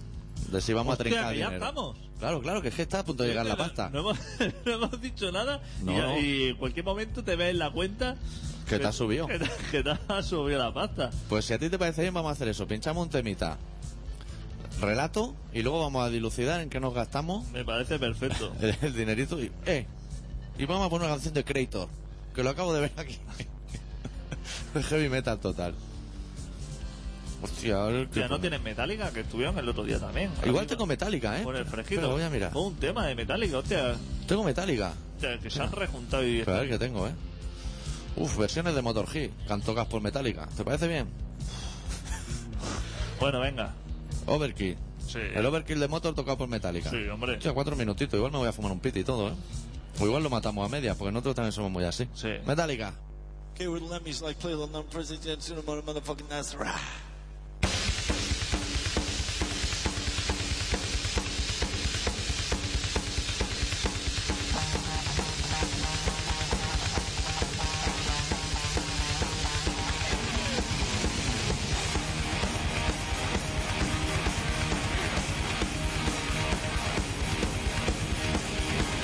S1: De si vamos
S2: Hostia,
S1: a trincar
S2: que ya
S1: dinero.
S2: estamos.
S1: Claro, claro, que es que está a punto de llegar la pasta.
S2: No hemos, <laughs> no hemos dicho nada y-
S1: Ah. No.
S2: y, en cualquier momento te ves en la cuenta
S1: Que te ha subido.
S2: Que te, que te ha subido la pasta.
S1: Pues si a ti te parece bien, vamos a hacer eso. Pinchamos un temita. Relato. Y luego vamos a dilucidar en qué nos gastamos
S2: Me parece perfecto.
S1: <laughs> el, el dinerito y eh y vamos a poner una canción de Creator que lo acabo de ver aquí <laughs> Es heavy metal total hostia a ver qué
S2: Ya no
S1: pone.
S2: tienen Metallica, que estuvieron el otro día también.
S1: igual tengo Metallica eh
S2: Con el Oh. fresquito.
S1: Espera, voy a mirar
S2: Con un tema de Metallica, hostia.
S1: tengo Metallica
S2: hostia, que se han rejuntado y...
S1: Espera, a ver qué tengo eh Uf, versiones de Motorhead, cantocas por Metallica. ¿Te parece bien?
S2: Bueno, venga.
S1: Overkill.
S2: Sí.
S1: El Overkill de Motor tocado por Metallica.
S2: Sí, hombre.
S1: Hostia, cuatro minutitos. Igual me voy a fumar un piti y todo, ¿eh? O igual lo matamos a medias, porque nosotros también somos muy así.
S2: Sí.
S1: Metallica.
S4: Okay, we're lemmings like play little number president soon about a motherfucking Nazareth.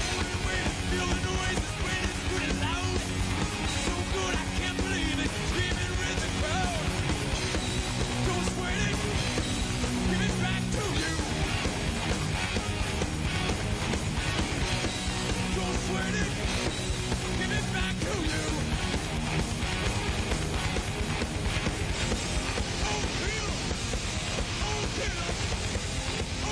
S3: So good, I can't believe it. Screaming with the crowd. Oh, Oh,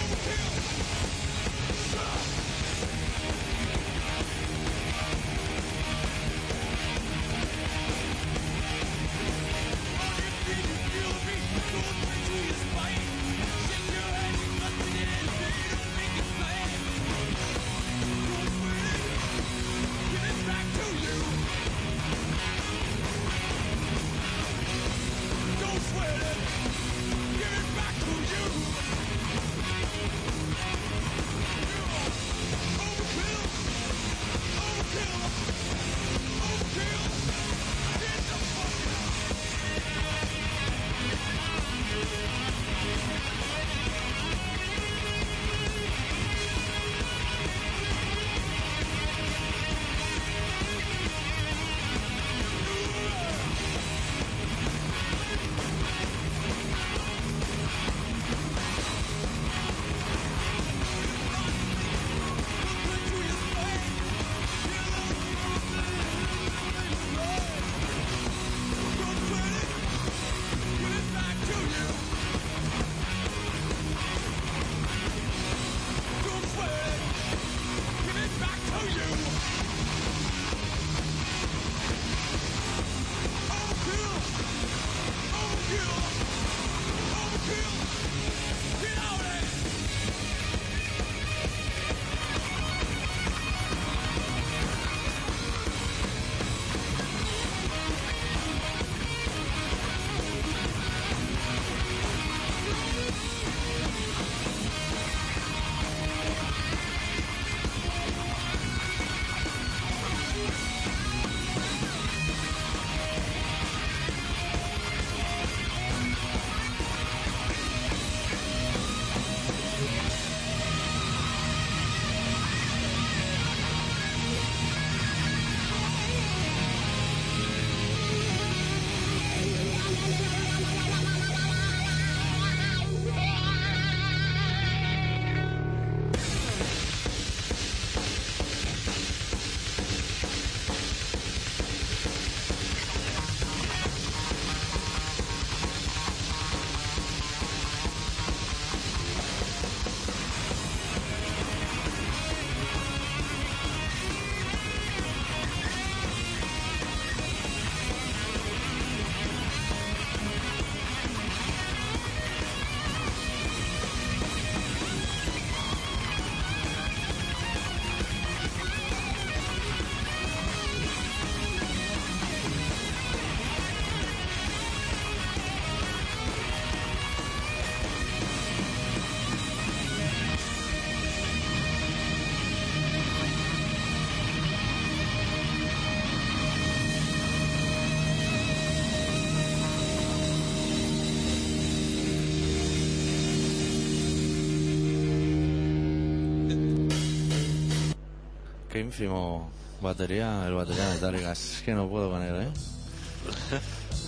S1: Qué ínfimo. Batería, el batería metálica. Es que no puedo con él, ¿eh?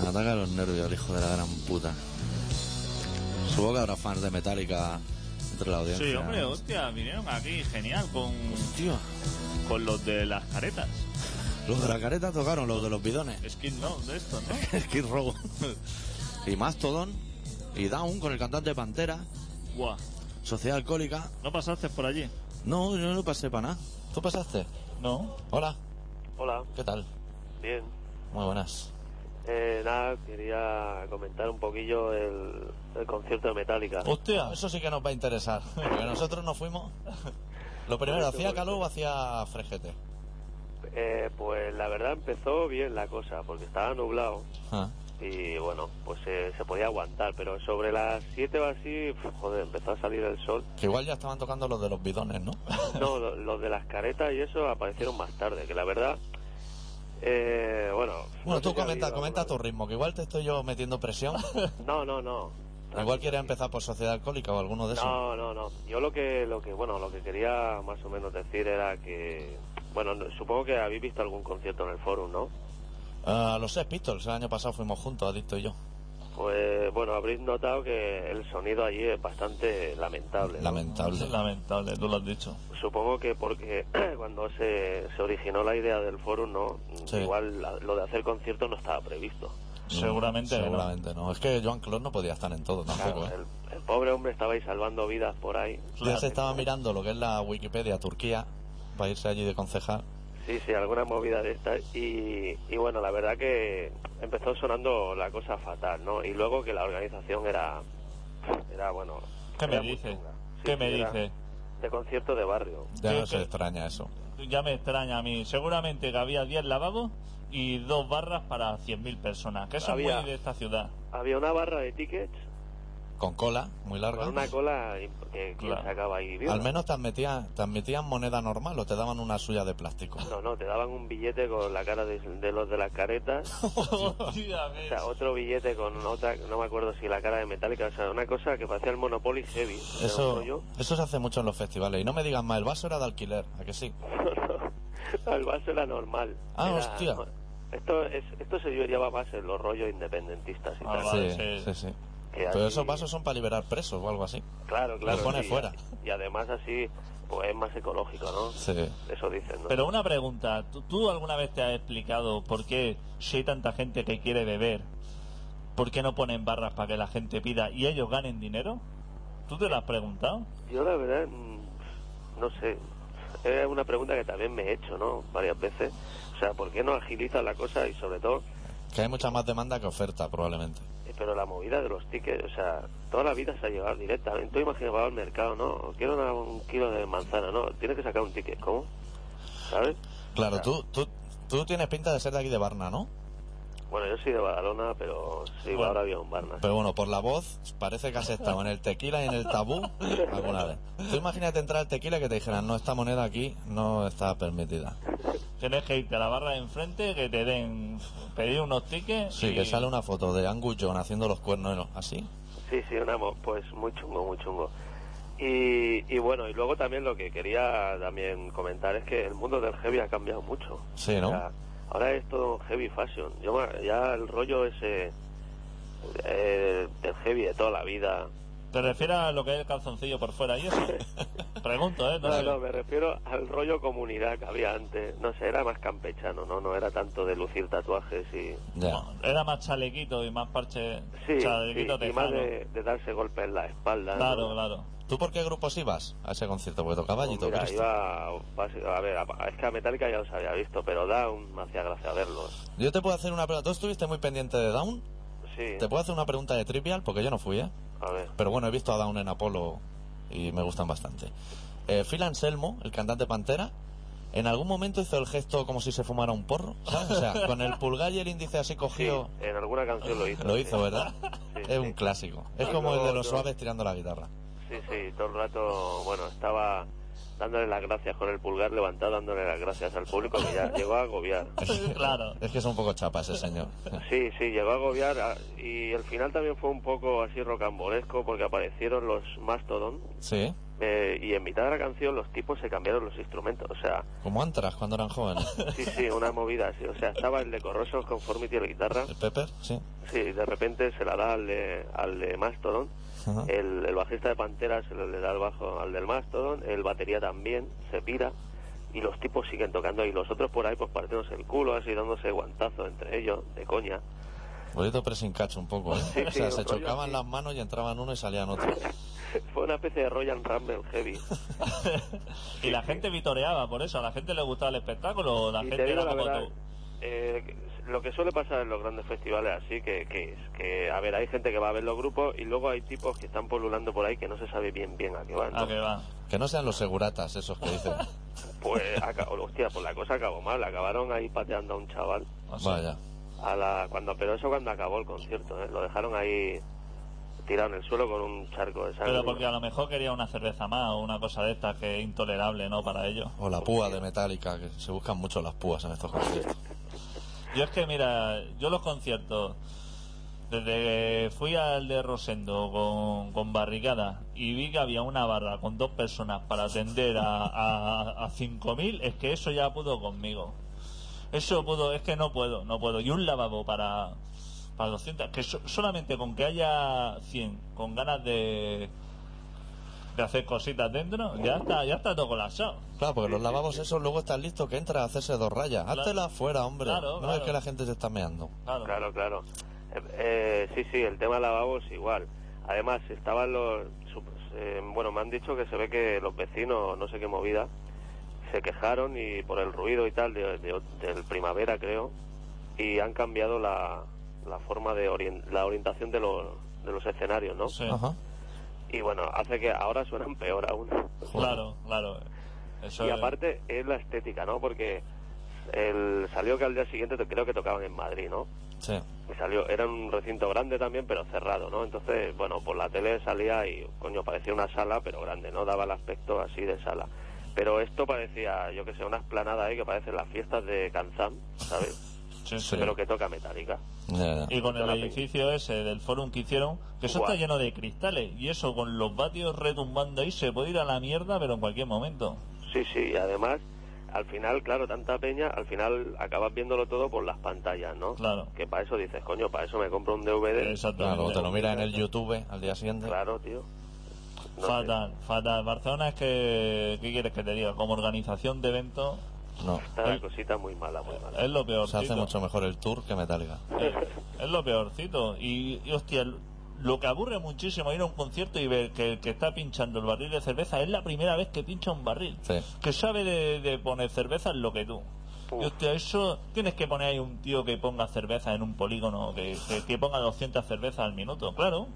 S1: Ataca los nervios, el hijo de la gran puta. Supongo que habrá fans de Metallica entre la audiencia.
S2: Sí, hombre,
S1: ¿no?
S2: hostia, vinieron aquí, genial, con,
S1: Tío,
S2: con los de las caretas.
S1: los de la careta tocaron, los de los bidones. <laughs>
S2: Skin no, de estos, ¿no?
S1: Kid Robo. y Mastodon. Y Down con el cantante de Pantera.
S2: Buah,
S1: Sociedad Alcohólica.
S2: ¿no pasaste por allí?
S1: No, yo no pasé para nada. ¿Tú pasaste?
S2: No.
S1: Hola,
S5: Hola,
S1: ¿qué tal?
S5: bien.
S1: Muy buenas.
S5: Eh, nada, quería comentar un poquillo el, el concierto de Metallica.
S1: Hostia, eso sí que nos va a interesar. Porque nosotros nos fuimos. Lo primero, ¿hacía calor o hacía fresquete?
S5: Eh, pues la verdad empezó bien la cosa, porque estaba nublado
S1: Ah.
S5: y bueno, pues eh, se podía aguantar, pero sobre las 7 o así, pf, joder, empezó a salir el sol.
S1: Que igual ya estaban tocando los de los bidones, ¿no?
S5: No, lo- los de las caretas y eso aparecieron más tarde, que la verdad, eh, bueno... no
S1: Bueno,
S5: sé
S1: tú
S5: si ha
S1: comenta,
S5: habido
S1: comenta tu
S5: alguna
S1: ritmo, que igual te estoy yo metiendo presión.
S5: vez. No, no, no.
S1: igual quieres empezar por Sociedad Alcohólica o alguno de esos.
S5: No, no, no. Yo lo que, lo que, bueno, lo que quería más o menos decir era que, bueno, no- supongo que habéis visto algún concierto en el forum, ¿no?
S1: Ah, los Sex Pistols, el año pasado fuimos juntos, Adicto y yo.
S5: Pues, bueno, habréis notado que el sonido allí es bastante lamentable. ¿no?
S1: Lamentable.
S2: Lamentable, tú lo has dicho.
S5: Supongo que porque <clears throat> cuando se, se originó la idea del forum, ¿no?
S1: Sí.
S5: Igual la- lo de hacer conciertos no estaba previsto.
S2: Seguramente no.
S1: Seguramente no. Es que Joan Clos no podía estar en todo tampoco, ¿eh?
S5: El, el pobre hombre estaba ahí salvando vidas por ahí.
S1: Ya se estaba mirando lo que es la Wikipedia Turquía para irse allí de concejal.
S5: Sí, sí, alguna movida de estas. Y, y bueno, la verdad que empezó sonando la cosa fatal, ¿no? Y luego que la organización era, era bueno...
S2: ¿Qué me
S5: era muy
S2: dices?
S5: chunga. Sí,
S2: ¿Qué me
S5: sí, era
S2: dices?
S5: De concierto de barrio.
S1: Ya
S2: Sí,
S1: no
S2: es
S1: se
S2: que-
S1: extraña eso.
S2: Ya me extraña a mí. Seguramente que había 10 lavabos y dos barras para 100.000 personas, que eso
S5: Había.
S2: es muy de esta
S5: <laughs>
S2: ciudad.
S5: Había una barra de tickets
S1: Con cola, muy larga.
S5: con una cola imp- que, que
S2: Claro.
S5: sacaba ahí viva.
S1: Al menos te admitían, te admitían moneda normal o te daban una suya de plástico.
S5: No, no, te daban un billete con la cara de, de los de
S2: <laughs>
S5: las caretas, o
S2: Hostia, que-
S5: sea, otro billete con otra, no me acuerdo si la cara de metálica, o sea, una cosa que parecía el Monopoly Heavy. o sea, un
S1: Eso,
S5: rollo.
S1: eso se hace mucho en los festivales. Y no me digas más, el vaso era de alquiler, ¿a que sí?
S5: El vaso era normal.
S1: Ah,
S5: Era-
S1: hostia.
S5: Esto, es, esto se lleva más en los rollos independentistas. Y
S2: Ah,
S5: tal.
S2: vale,
S1: sí,
S2: sí.
S1: sí, sí.
S5: Que
S1: Pero
S5: así-
S1: esos vasos son para liberar presos o algo así.
S5: Claro, claro.
S1: los pones
S5: sí.
S1: fuera.
S5: Y además así, pues es más ecológico, ¿no?
S1: Sí.
S5: Eso dicen, ¿no?
S2: Pero una pregunta, ¿tú, tú alguna vez te has explicado por qué si hay tanta gente que quiere beber, por qué no ponen barras para que la gente pida y ellos ganen dinero? ¿Tú te lo has preguntado?
S5: Yo la verdad, mm, no sé. Es una pregunta que también me he hecho, ¿no? Varias veces. O sea, ¿por qué no agilizan la cosa y sobre todo
S1: Que hay mucha más demanda que oferta, probablemente.
S5: Eh, Pero la movida de los tickets, o sea, toda la vida se ha llevado directamente. Tú imaginas, vas al mercado, ¿no? Quiero una- un kilo de manzana, ¿no? Tienes que sacar un ticket, ¿cómo? ¿Sabes?
S1: Claro, tú, tú, tú tienes pinta de ser de aquí de Barna, ¿no?
S5: Bueno, yo soy de Badalona, pero sí,
S2: Bueno.
S5: ahora vivo en Barna.
S1: Pero bueno, por la voz parece que has estado en el tequila y en el tabú alguna vez. Tú imagínate entrar al tequila y que te dijeran, no, esta moneda aquí no está permitida.
S2: Tienes que irte a la barra de enfrente, que te den, pedir unos tickets.
S1: Sí,
S2: y-
S1: que sale una foto de Angus John haciendo los cuernos así.
S5: Sí, sí, una, mo- pues muy chungo, muy chungo. Y, y bueno, y luego también lo que quería también comentar es que el mundo del heavy ha cambiado mucho.
S1: Sí, ¿no?
S5: O sea, ahora es todo heavy fashion. Yo me- ya el rollo ese eh, del heavy de toda la vida,
S2: ¿Te refieres a lo que es el calzoncillo por fuera y
S5: <laughs>
S2: eso? Pregunto, ¿eh? No
S5: No,
S2: sé.
S5: no, me refiero al rollo comunidad que había antes. No sé, era más campechano, ¿no? No era tanto de lucir tatuajes y...
S1: Ya.
S2: Era más chalequito y más parche.
S5: Sí, sí,
S2: chalequito
S5: y más
S2: tejano.
S5: de, de darse golpes en la espalda. ¿no?
S2: Claro, claro. <laughs>
S1: ¿Tú por qué grupos ibas a ese concierto? Porque tocaba allí
S5: Pues
S1: todo
S5: mira,
S1: Cristo.
S5: iba... básico- A ver, a- es que a Metallica ya los había visto, pero Down me hacía gracia verlos.
S1: Yo te puedo hacer una pregunta. ¿Tú estuviste muy pendiente de Down?
S5: Sí,
S1: Te puedo hacer una pregunta de trivial porque yo no fui, ¿eh?
S5: a ver.
S1: Pero bueno, he visto a Down en Apolo y me gustan bastante. Eh, Phil Anselmo, el cantante Pantera, en algún momento hizo el gesto como si se fumara un porro, ¿sabes? O
S5: <laughs>
S1: sea, con el pulgar y el índice así
S5: Sí,
S1: cogido,
S5: en alguna canción lo hizo.
S1: lo
S5: sí.
S1: hizo, ¿verdad?
S5: Sí,
S1: es un
S5: sí.
S1: clásico. Es
S5: Y
S1: como el
S5: luego
S1: de los
S5: yo-
S1: suaves tirando la guitarra.
S5: Sí, sí, todo el rato, bueno, estaba dándole las gracias con el pulgar levantado, dándole las gracias al público que ya llegó a agobiar. <laughs>
S2: claro.
S1: Es que es un poco chapa ese señor.
S5: Sí, sí, llegó a agobiar a- y el final también fue un poco así rocambolesco porque aparecieron los Mastodon
S1: Sí,
S5: eh, y en mitad de la canción los tipos se cambiaron los instrumentos. O sea,
S1: Como Antras cuando eran jóvenes.
S5: sí, sí, una movida así. O sea, estaba el de Corrosion Conformity a la guitarra.
S1: El Pepper, sí.
S5: Sí, y de repente se la da al de, al de Mastodon.
S1: Ajá.
S5: El, el bajista de Pantera se le da el bajo al del Mastodon. El batería también se pira. Y los tipos siguen tocando. Y los otros por ahí, pues partiéndose el culo, así dándose guantazos entre ellos, de coña. <laughs>
S1: Bonito pero sin cacho un poco, ¿eh?
S5: Sí,
S1: o sea,
S5: sí,
S1: se
S5: un rollo
S1: chocaban
S5: así.
S1: las manos y entraban uno y salían otro.
S5: Fue una especie de Royal Rumble heavy.
S2: Y la gente vitoreaba por eso, a la gente le gustaba el espectáculo, la
S5: Y te
S2: gente
S5: digo
S2: era
S5: la
S2: como
S5: verdad,
S2: tú.
S5: eh, lo que suele pasar en los grandes festivales así, que, que es que, a ver, hay gente que va a ver los grupos y luego hay tipos que están polulando por ahí que no se sabe bien bien a qué van. ¿no?
S2: Ah, que va.
S1: Que no sean los seguratas esos que dicen.
S5: Pues, aca- <laughs> hostia, pues la cosa acabó mal, acabaron ahí pateando a un chaval.
S2: O sea,
S1: Vaya.
S5: A la, cuando, pero eso cuando acabó el concierto, ¿eh? lo dejaron ahí tirado en el suelo con un charco de sangre.
S2: Pero porque a lo mejor quería una cerveza más o una cosa de estas que es intolerable, ¿no? Para ellos.
S1: O la púa de metálica, que se buscan mucho las púas en estos conciertos.
S2: Yo es que, mira, yo los conciertos, desde que fui al de Rosendo con, con barricada y vi que había una barra con dos personas para atender a, a, a 5.000, es que eso ya pudo conmigo. Eso pudo, es que no puedo, no puedo. Y un lavabo para, para 200, que so- solamente con que haya 100, con ganas de de hacer cositas dentro, ya está, ya está todo colapsado.
S1: Claro, porque los lavabos esos luego están listos que entras a hacerse dos rayas.
S2: Claro.
S1: Háztela afuera, hombre.
S2: Claro,
S1: no
S2: claro.
S1: es que la gente se está meando.
S2: Claro.
S5: Claro, claro. Eh, eh, sí, sí, el tema lavabos igual. Además, estaban los... su- eh, bueno, me han dicho que se ve que los vecinos, no sé qué movida, se quejaron y por el ruido y tal de- de- del primavera, creo, y han cambiado la, la forma de orien- la orientación de los, de los escenarios, ¿no?
S2: Sí.
S1: Ajá.
S5: Y bueno, hace que ahora suenan peor aún.
S2: Claro, claro. Eso
S5: Y
S2: es-
S5: aparte es la estética, ¿no? Porque el, salió que al día siguiente creo que tocaban en Madrid, ¿no?
S1: Sí.
S5: Y salió, era un recinto grande también, pero cerrado, ¿no? Entonces, bueno, por la tele salía y, coño, parecía una sala, pero grande, ¿no? Daba el aspecto así de sala. Pero esto parecía, yo que sé, una esplanada ahí que parecen las fiestas de Kanzan, ¿sabes?
S2: Sí, sí.
S5: Pero que toca metálica.
S1: Ya, ya.
S2: Y con el edificio ese del forum que hicieron, que eso
S5: Guau.
S2: está lleno de cristales. Y eso con los vatios retumbando ahí se puede ir a la mierda, pero en cualquier momento.
S5: Sí, sí, y además, al final, claro, tanta peña, al final acabas viéndolo todo por las pantallas, ¿no?
S2: Claro.
S5: Que para eso dices, coño, para eso me compro un DVD.
S1: Claro, luego
S2: Exactamente.
S1: te lo miras en el YouTube al día siguiente.
S5: Claro, tío. No sé.
S2: fatal, fatal. Barcelona es que, ¿qué quieres que te diga? Como organización de eventos
S1: No.
S5: Está la cosita muy mala, muy mala.
S2: es lo peor.
S1: Se hace mucho mejor el tour que Metallica.
S2: Es lo peorcito. Y, y, hostia, lo que aburre muchísimo ir a un concierto y ver que el que está pinchando el barril de cerveza es la primera vez que pincha un barril.
S1: Sí.
S2: Que sabe de, de poner cerveza en lo que tú. Y, hostia, eso tienes que poner ahí un tío que ponga cerveza en un polígono, que, que, que ponga 200 cervezas al minuto, claro.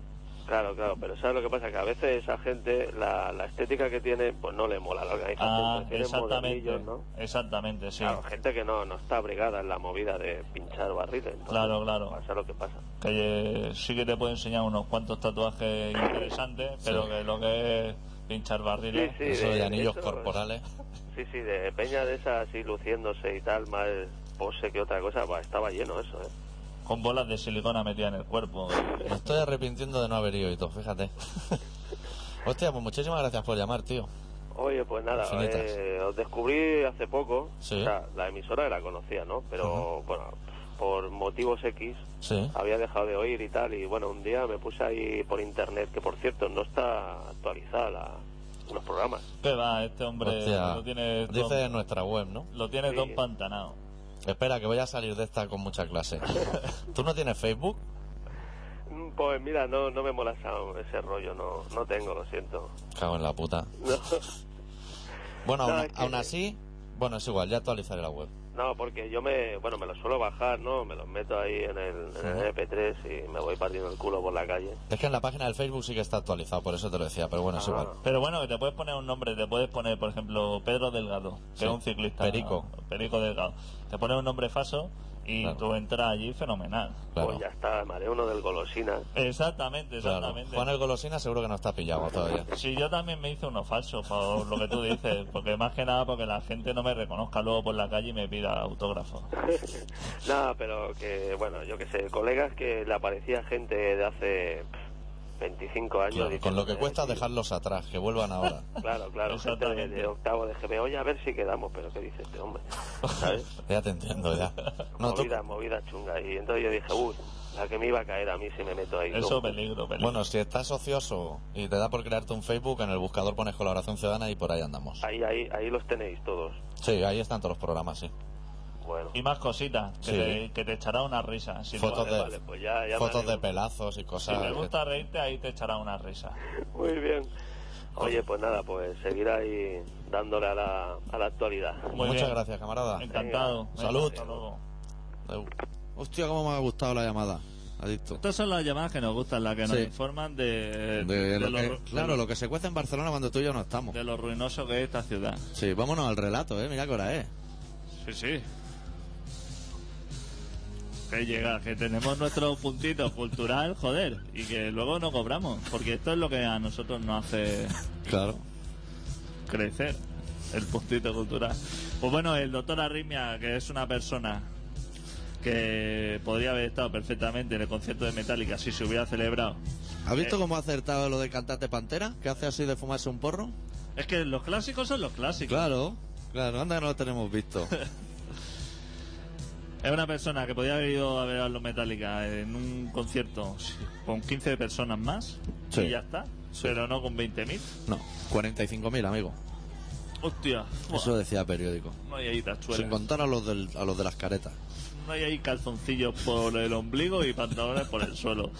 S5: Claro, claro, pero ¿sabes lo que pasa? Que a veces esa gente, la, la estética que tiene, pues no le mola a la organización.
S2: Ah,
S5: prefieren
S2: exactamente.
S5: pues modelillos, ¿no?
S2: Exactamente, sí.
S5: Claro, gente que no, no está bregada en la movida de pinchar barriles. entonces,
S2: Claro, claro.
S5: Pasa lo que pasa.
S2: Que eh, sí que te puede enseñar unos cuantos tatuajes interesantes, pero que lo que es pinchar barriles.
S5: Sí,
S1: Eso de
S5: de-
S1: anillos
S5: eso-
S1: corporales.
S5: Sí, sí, de peña de esas así luciéndose y tal, más pose que otra cosa, bah, estaba lleno eso, ¿eh?
S2: Con bolas de silicona metidas en el cuerpo.
S1: Me estoy arrepintiendo de no haber ido y todo, fíjate. <laughs> Hostia, pues muchísimas gracias por llamar, tío.
S5: Oye, pues nada,
S1: Infinitas.
S5: eh, os descubrí hace poco,
S1: Sí.
S5: o sea, la emisora la conocía, ¿no? Pero, bueno, por motivos X,
S1: Sí.
S5: había dejado de oír y tal y bueno un día me puse ahí por internet que por cierto no está actualizada la- los programas
S2: ¿Qué va? Este hombre
S1: Hostia.
S2: lo tiene, todo,
S1: Dice en nuestra web, ¿no?
S2: lo tiene
S5: Sí.
S2: todo empantanado.
S1: Espera, que voy a salir de esta con mucha
S5: <laughs>
S1: clase. ¿Tú no tienes Facebook?
S5: Mm, pues mira no no me mola esa- ese rollo no no tengo lo siento
S1: Cago en la puta.
S5: no,
S1: Bueno,
S5: No,
S1: aún,
S5: es que-
S1: aún así, bueno, es igual, ya actualizaré la web.
S5: no, porque yo me bueno me los suelo bajar no me los meto ahí en el, en el MP3 y me voy partiendo el culo por la calle
S1: Es que en la página del Facebook sí que está actualizado, por eso te lo decía, pero bueno, es
S5: Ah.
S1: igual.
S2: Pero bueno, que te puedes poner un nombre, te puedes poner, por ejemplo, Pedro Delgado, que
S1: Sí.
S2: es un ciclista.
S1: Perico.
S2: Perico Delgado. Te pones un nombre falso y
S1: Claro.
S2: tú entras allí fenomenal.
S1: Claro.
S5: pues ya está me haré uno del golosina
S2: Exactamente,
S1: claro.
S2: exactamente.
S1: Juan el Golosina seguro que no está pillado todavía.
S2: Sí, yo también me hice uno falso, por lo que tú dices, <laughs> porque más que nada porque la gente no me reconozca luego por la calle y me pida autógrafo.
S5: nada pero que bueno yo qué sé colegas que le aparecía gente de hace pff, 25 años.
S1: Claro, con lo que
S5: diciéndome,
S1: cuesta
S5: eh, "Sí".
S1: dejarlos atrás, que vuelvan ahora.
S5: Claro, claro, gente de,
S2: Exactamente.
S5: de octavo de GP, oye, a ver si quedamos, pero ¿qué dice este hombre? ¿Sabes?
S1: Ya te entiendo,
S5: <laughs>
S1: ya. <laughs> No, tú-
S5: movida, movida chunga. Y entonces yo dije, uy, la que me iba a caer a mí si me meto ahí.
S2: Eso,
S5: No.
S2: peligro, peligro.
S1: Bueno, si estás ocioso y te da por crearte un Facebook, en el buscador pones colaboración ciudadana y por ahí andamos.
S5: Ahí, ahí, ahí los tenéis todos.
S1: Sí, ahí están todos los programas, sí.
S5: Bueno,
S2: y más cositas, que,
S1: Sí.
S2: te, que te echará una risa. Si
S1: Fotos
S2: te,
S1: de-
S5: vale, pues ya, ya me
S1: Fotos de
S5: alegro.
S1: pelazos y
S2: si
S1: cosas.
S2: te
S1: que-
S2: gusta reírte, ahí te echará una risa.
S5: <laughs> Muy bien. Oye, pues nada, pues seguir ahí dándole a la, a la actualidad.
S2: Muy
S1: Muchas
S2: bien.
S1: gracias, camarada.
S2: Encantado.
S1: Venga. Ah. Salud.
S2: Hasta luego.
S1: Eh, Hostia, cómo me ha gustado la llamada, adicto.
S2: Estas son las llamadas que nos gustan, las que nos
S1: Sí.
S2: informan de,
S1: De
S2: de
S1: lo
S2: lo,
S1: que-
S2: ru-
S1: claro, lo que se cuece en Barcelona cuando tú y yo no estamos.
S2: de lo ruinoso que es esta ciudad.
S1: Sí, vámonos al relato, eh. Mira qué hora es.
S2: Sí, sí. Que llega, que tenemos nuestro puntito cultural, joder, y que luego no cobramos, porque esto es lo que a nosotros nos hace
S1: Claro.
S2: crecer, el puntito cultural. Pues bueno, el doctor Arritmia, que es una persona que podría haber estado perfectamente en el concierto de Metallica si se hubiera celebrado.
S1: ¿Has visto
S2: Eh.
S1: cómo ha acertado lo de cantante Pantera? Que hace así de fumarse un porro.
S2: Es que los clásicos son los clásicos.
S1: Claro, claro, anda que no lo tenemos
S2: <laughs>
S1: visto.
S2: Es una persona que podía haber ido a ver a los Metallica en un concierto con 15 personas más
S1: Sí.
S2: y ya está,
S1: Sí.
S2: pero no con 20.000.
S1: No, 45.000, amigo.
S2: Hostia, buah,
S1: Eso decía el periódico.
S2: no hay ahí
S1: Sin
S2: tachuelas,
S1: contar a los, del- a los de las caretas.
S2: no hay ahí calzoncillos por el ombligo y pantalones por el suelo.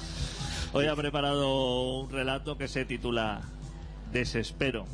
S2: Hoy ha preparado un relato que se titula Desespero.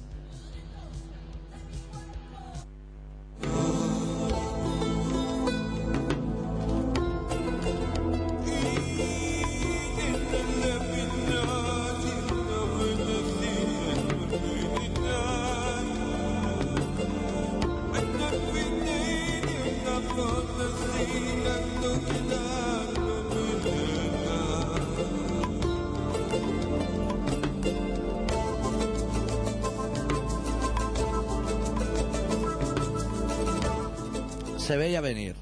S1: Se veía venir.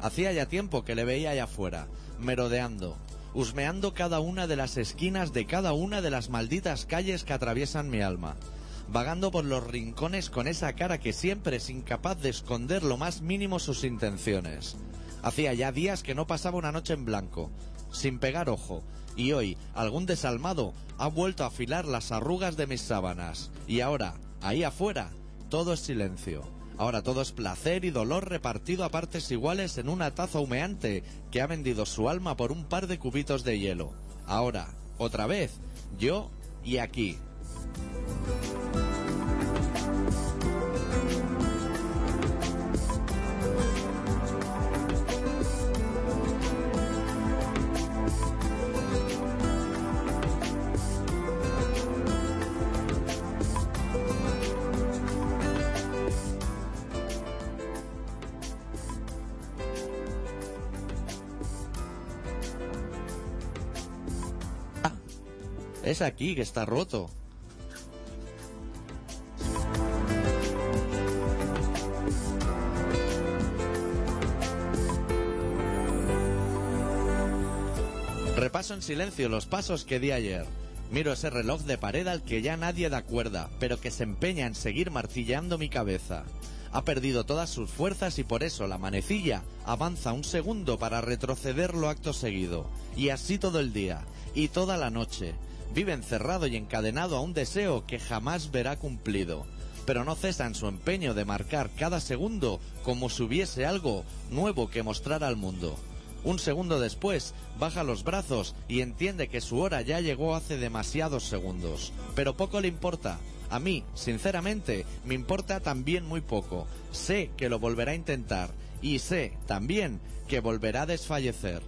S1: Hacía ya tiempo que le veía allá afuera, merodeando, husmeando cada una de las esquinas de cada una de las malditas calles que atraviesan mi alma, vagando por los rincones con esa cara que siempre es incapaz de esconder lo más mínimo sus intenciones. Hacía ya días que no pasaba una noche en blanco, sin pegar ojo, y hoy algún desalmado ha vuelto a afilar las arrugas de mis sábanas, y ahora, ahí afuera, todo es silencio. Ahora todo es placer y dolor repartido a partes iguales en una taza humeante que ha vendido su alma por un par de cubitos de hielo. Ahora, otra vez, yo y aquí. Es aquí que está roto. Repaso en silencio los pasos que di ayer. Miro ese reloj de pared al que ya nadie da cuerda, pero que se empeña en seguir martilleando mi cabeza. Ha perdido todas sus fuerzas y por eso la manecilla avanza un segundo para retrocederlo acto seguido. Y así todo el día, y toda la noche. Vive encerrado y encadenado a un deseo que jamás verá cumplido. Pero no cesa en su empeño de marcar cada segundo como si hubiese algo nuevo que mostrar al mundo. Un segundo después, baja los brazos y entiende que su hora ya llegó hace demasiados segundos. Pero poco le importa. A mí, sinceramente, me importa también muy poco. Sé que lo volverá a intentar y sé también que volverá a desfallecer.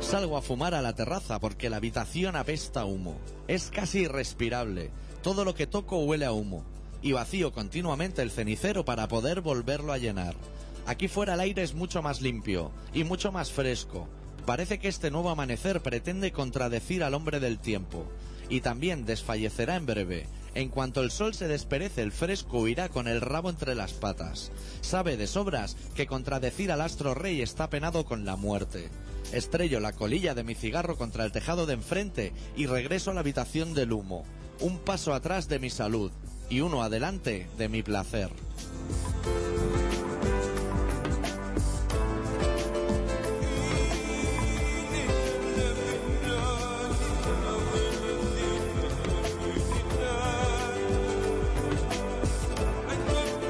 S1: Salgo a fumar a la terraza porque la habitación apesta a humo. Es casi irrespirable. Todo lo que toco huele a humo. Y vacío continuamente el cenicero para poder volverlo a llenar. Aquí fuera el aire es mucho más limpio y mucho más fresco. Parece que este nuevo amanecer pretende contradecir al hombre del tiempo. Y también desfallecerá en breve. En cuanto el sol se desperece, el fresco huirá con el rabo entre las patas. Sabe de sobras que contradecir al astro rey está penado con la muerte. Estrello la colilla de mi cigarro contra el tejado de enfrente y regreso a la habitación del humo. Un paso atrás de mi salud y uno adelante de mi placer.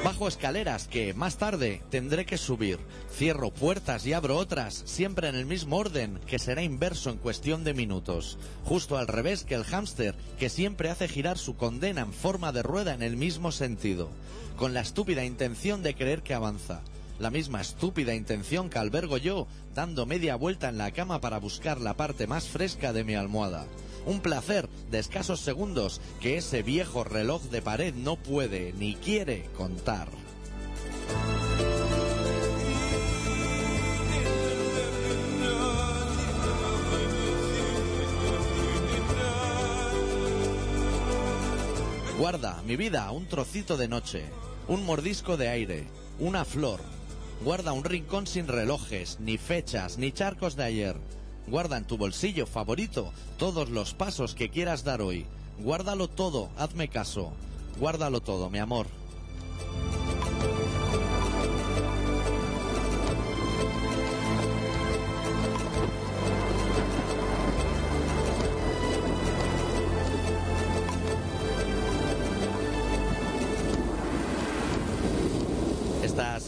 S1: Bajo escaleras que más tarde tendré que subir. Cierro puertas y abro otras, siempre en el mismo orden, que será inverso en cuestión de minutos. Justo al revés que el hámster, que siempre hace girar su condena en forma de rueda en el mismo sentido, con la estúpida intención de creer que avanza. La misma estúpida intención que albergo yo, dando media vuelta en la cama para buscar la parte más fresca de mi almohada. Un placer de escasos segundos que ese viejo reloj de pared no puede ni quiere contar. Guarda, mi vida, un trocito de noche, un mordisco de aire, una flor. Guarda un rincón sin relojes, ni fechas, ni charcos de ayer. Guarda en tu bolsillo favorito todos los pasos que quieras dar hoy. Guárdalo todo, hazme caso. Guárdalo todo, mi amor. Estás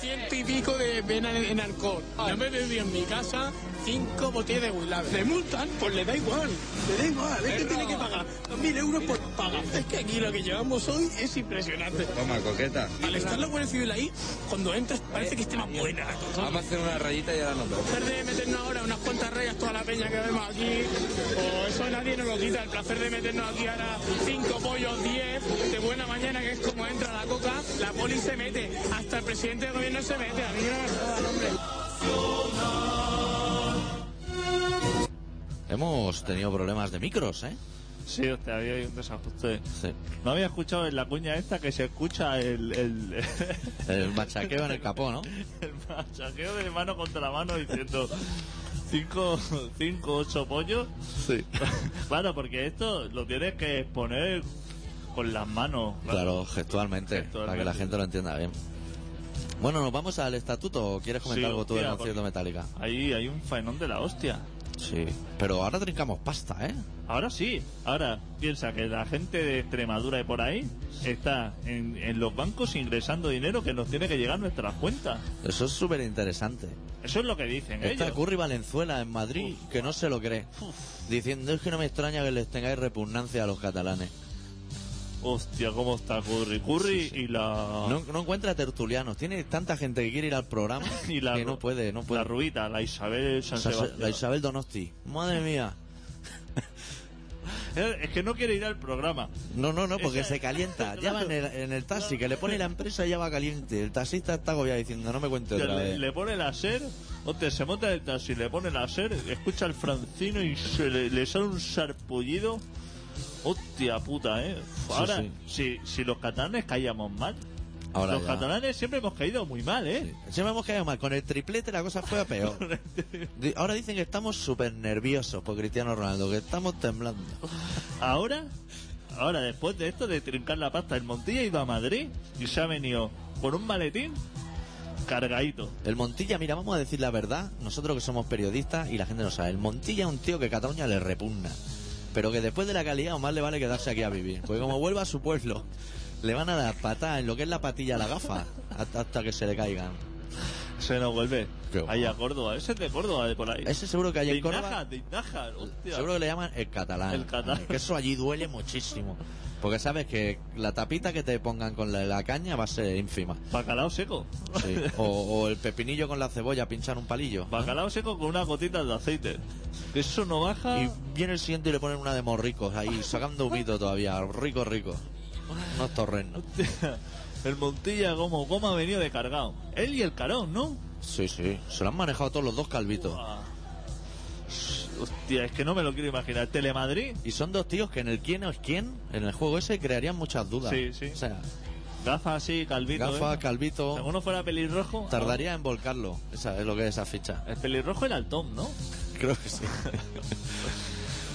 S6: Ciento y pico de pena en, en alcohol. Yo me bebí en mi casa cinco botellas de Willave. ¿Le multan? Pues le da igual. Le da igual. Es que tiene que pagar dos mil euros por paga. Es que aquí lo que llevamos hoy es impresionante.
S7: Toma, coqueta.
S6: Al estar la Guardia Civil ahí, cuando entras parece que esté más buena. la cosa.
S7: Vamos a hacer una rayita y ahora nos vemos.
S6: placer de meternos ahora unas cuantas rayas toda la peña que vemos aquí, o eso nadie nos lo quita, el placer de meternos aquí ahora cinco pollos, diez, de buena mañana, que es como entra la coca, la poli se mete, hasta el presidente del gobierno se mete, a mí no me jodan, hombre.
S1: Hemos tenido problemas de micros, ¿eh?
S2: Sí, hostia, había ahí un desajuste.
S1: Sí.
S2: No había escuchado en la cuña esta que se escucha el, el, <laughs>
S1: El machaqueo en el capó, ¿no?
S2: el machaqueo de mano contra mano diciendo cinco, cinco ocho pollos. Sí. claro, porque esto lo tienes que exponer con las manos.
S1: Claro, gestualmente, para que la
S2: Gestualmente.
S1: gente lo entienda bien. Bueno, ¿nos vamos al estatuto o quieres comentar
S2: Sí,
S1: algo tú del
S2: hostia,
S1: concierto
S2: porque-
S1: Metallica?
S2: Ahí hay un faenón de la hostia.
S1: Sí. Pero ahora trincamos pasta, ¿eh?
S2: Ahora sí, ahora piensa que la gente de Extremadura y por ahí está en, en los bancos ingresando dinero que nos tiene que llegar a nuestras cuentas.
S1: Eso es súper interesante.
S2: Eso es lo que dicen
S1: Está
S2: ellos.
S1: Curry Valenzuela en Madrid,
S2: Uf.
S1: que no se lo cree.
S2: Uf.
S1: Diciendo es que no me extraña que les tengáis repugnancia a los catalanes.
S2: Hostia, cómo está Curry. Curry
S1: Sí, sí.
S2: y la...
S1: No, no encuentra tertulianos. Tiene tanta gente que quiere ir al programa
S2: <laughs> y la
S1: que no puede, no puede.
S2: La rubita, la Isabel
S1: O
S2: San
S1: sea,
S2: Sebastián.
S1: la Isabel Donosti. Madre mía.
S2: Eh, Es que no quiere ir al programa.
S1: No, no, no, porque
S2: Esa-
S1: se
S2: <laughs>
S1: calienta. Ya va en el, en el taxi, que le pone la empresa y ya va caliente. El taxista está agobiado diciendo, no me cuente otra
S2: Le,
S1: vez.
S2: le pone la SER, hostia, se monta en el taxi, le pone la SER, escucha al francino y se le, le sale un sarpullido. Hostia puta, ¿eh?
S1: Sí,
S2: Ahora,
S1: sí.
S2: Si, si los catalanes caíamos mal,
S1: Ahora
S2: los
S1: ya.
S2: catalanes siempre hemos caído muy mal, ¿eh?
S1: Siempre hemos quedado mal. Con el triplete la cosa fue a
S2: <laughs>
S1: peor. Di- Ahora dicen que estamos súper nerviosos por Cristiano Ronaldo, que estamos temblando.
S2: Ahora, ahora después de esto de trincar la pasta, el Montilla iba a Madrid y se ha venido con un maletín cargadito.
S1: El Montilla, mira, vamos a decir la verdad, nosotros que somos periodistas y la gente no sabe, el Montilla es un tío que Cataluña le repugna, pero que después de la calidad más le vale quedarse aquí a vivir, porque como vuelva a su pueblo, le van a dar patadas en lo que es la patilla a la gafa, hasta, hasta que se le caigan.
S2: se nos vuelve.
S1: Qué guapo.
S2: Ahí a Córdoba. Ese es de Córdoba, de por ahí.
S1: Ese seguro que hay
S2: de
S1: en
S2: Inaja,
S1: Córdoba.
S2: de Inaja. Hostia.
S1: Seguro que le llaman el catalán.
S2: El catalán.
S1: Que eso allí duele muchísimo. Porque sabes que la tapita que te pongan con la, la caña va a ser ínfima.
S2: Bacalao seco.
S1: Sí. O, o el pepinillo con la cebolla, pinchar un palillo.
S2: Bacalao seco con una gotita de aceite. Que eso no baja.
S1: Y viene el siguiente y le ponen una de morricos ahí, sacando humito todavía. Rico, rico. Unos torrenos.
S2: <laughs> El Montilla, como, como ha venido de cargado. Él y el Carón, ¿no?
S1: Sí, sí. Se lo han manejado todos los dos calvitos.
S2: Ah. Hostia, es que no me lo quiero imaginar. Telemadrid,
S1: Y son dos tíos que en el quién es quién, en el juego ese, crearían muchas dudas.
S2: Sí, sí.
S1: O sea,
S2: gafas así, calvito.
S1: Gafa,
S2: ¿eh? Si
S1: Calvito.
S2: alguno fuera pelirrojo.
S1: Tardaría en volcarlo. Esa es lo que es esa ficha.
S2: El pelirrojo era el Tom, ¿no?
S1: Creo que sí.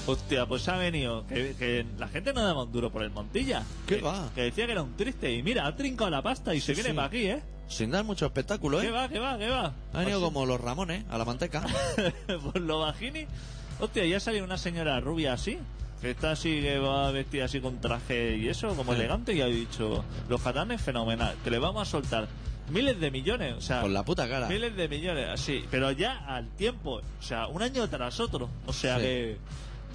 S2: Hostia, pues ha venido. Que, que la gente no daba un duro por el Montilla.
S1: ¿Qué
S2: que,
S1: va?
S2: Que decía que era un triste. Y mira, ha trincado la pasta y se viene
S1: Sí.
S2: para aquí, ¿eh?
S1: Sin dar mucho espectáculo,
S2: ¿Qué
S1: ¿eh?
S2: va, qué va, qué va? Pues
S1: Ha venido como los Ramones a la
S2: <laughs>
S1: manteca.
S2: por lo bajini. Hostia, ya salió una señora rubia así. Que está así, que va vestida así con traje y eso, como
S1: Sí.
S2: elegante. Y ha dicho: Los catalanes, fenomenal. Que le vamos a soltar miles de millones. O sea,
S1: Con la puta cara.
S2: Miles de millones, así. Pero ya al tiempo. O sea, un año tras otro. O sea
S1: Sí.
S2: que.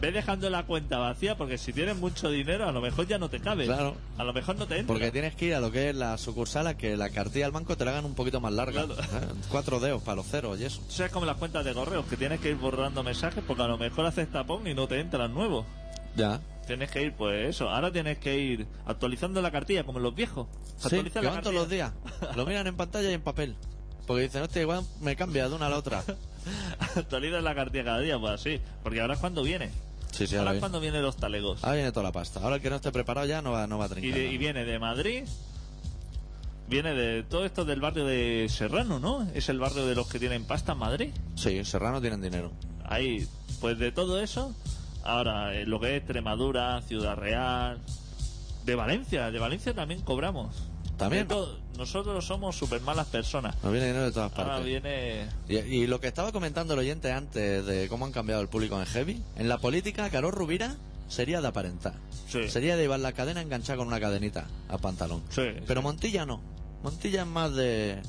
S2: Ve dejando la cuenta vacía porque si tienes mucho dinero a lo mejor ya no te cabe.
S1: Claro.
S2: A lo mejor no te entra.
S1: Porque tienes que ir a lo que es la sucursal a que la cartilla del banco te la hagan un poquito más larga.
S2: Claro.
S1: ¿eh? Cuatro dedos para los ceros y eso.
S2: O sea, es como las cuentas de correos que tienes que ir borrando mensajes porque a lo mejor haces tapón y no te entran nuevos.
S1: Ya.
S2: Tienes que ir, pues eso. Ahora tienes que ir actualizando la cartilla como los viejos.
S1: Sí,
S2: Actualiza
S1: que
S2: la
S1: van todos
S2: cartilla.
S1: los días. Lo miran en pantalla y en papel. Porque dicen, hostia, igual me cambia de una a la
S2: <laughs>
S1: otra.
S2: Actualizas la cartilla cada día, pues así. Porque ahora es cuando viene.
S1: Sí, sí, ahora
S2: ahora
S1: Ah,
S2: es
S1: viene.
S2: cuando vienen los talegos.
S1: Ahora viene toda la pasta. Ahora el que no esté preparado ya no va, no va a
S2: Y,
S1: trincar.
S2: de-
S1: nada.
S2: y viene de Madrid. Viene de todo esto del barrio de Serrano, ¿no? Es el barrio de los que tienen pasta en Madrid.
S1: Sí, Serrano tienen dinero.
S2: Ahí, pues de todo eso. Ahora, eh, lo que es Extremadura, Ciudad Real. De Valencia, de Valencia también cobramos.
S1: También.
S2: De todo. Nosotros somos súper malas personas.
S1: Nos viene dinero de todas
S2: Ahora
S1: partes.
S2: viene.
S1: Y, y lo que estaba comentando el oyente antes de cómo han cambiado el público en Heavy, en la política, Carol Rubira sería de aparentar.
S2: Sí.
S1: Sería de llevar la cadena enganchada con una cadenita al pantalón.
S2: Sí,
S1: Pero Montilla no. Montilla es más de,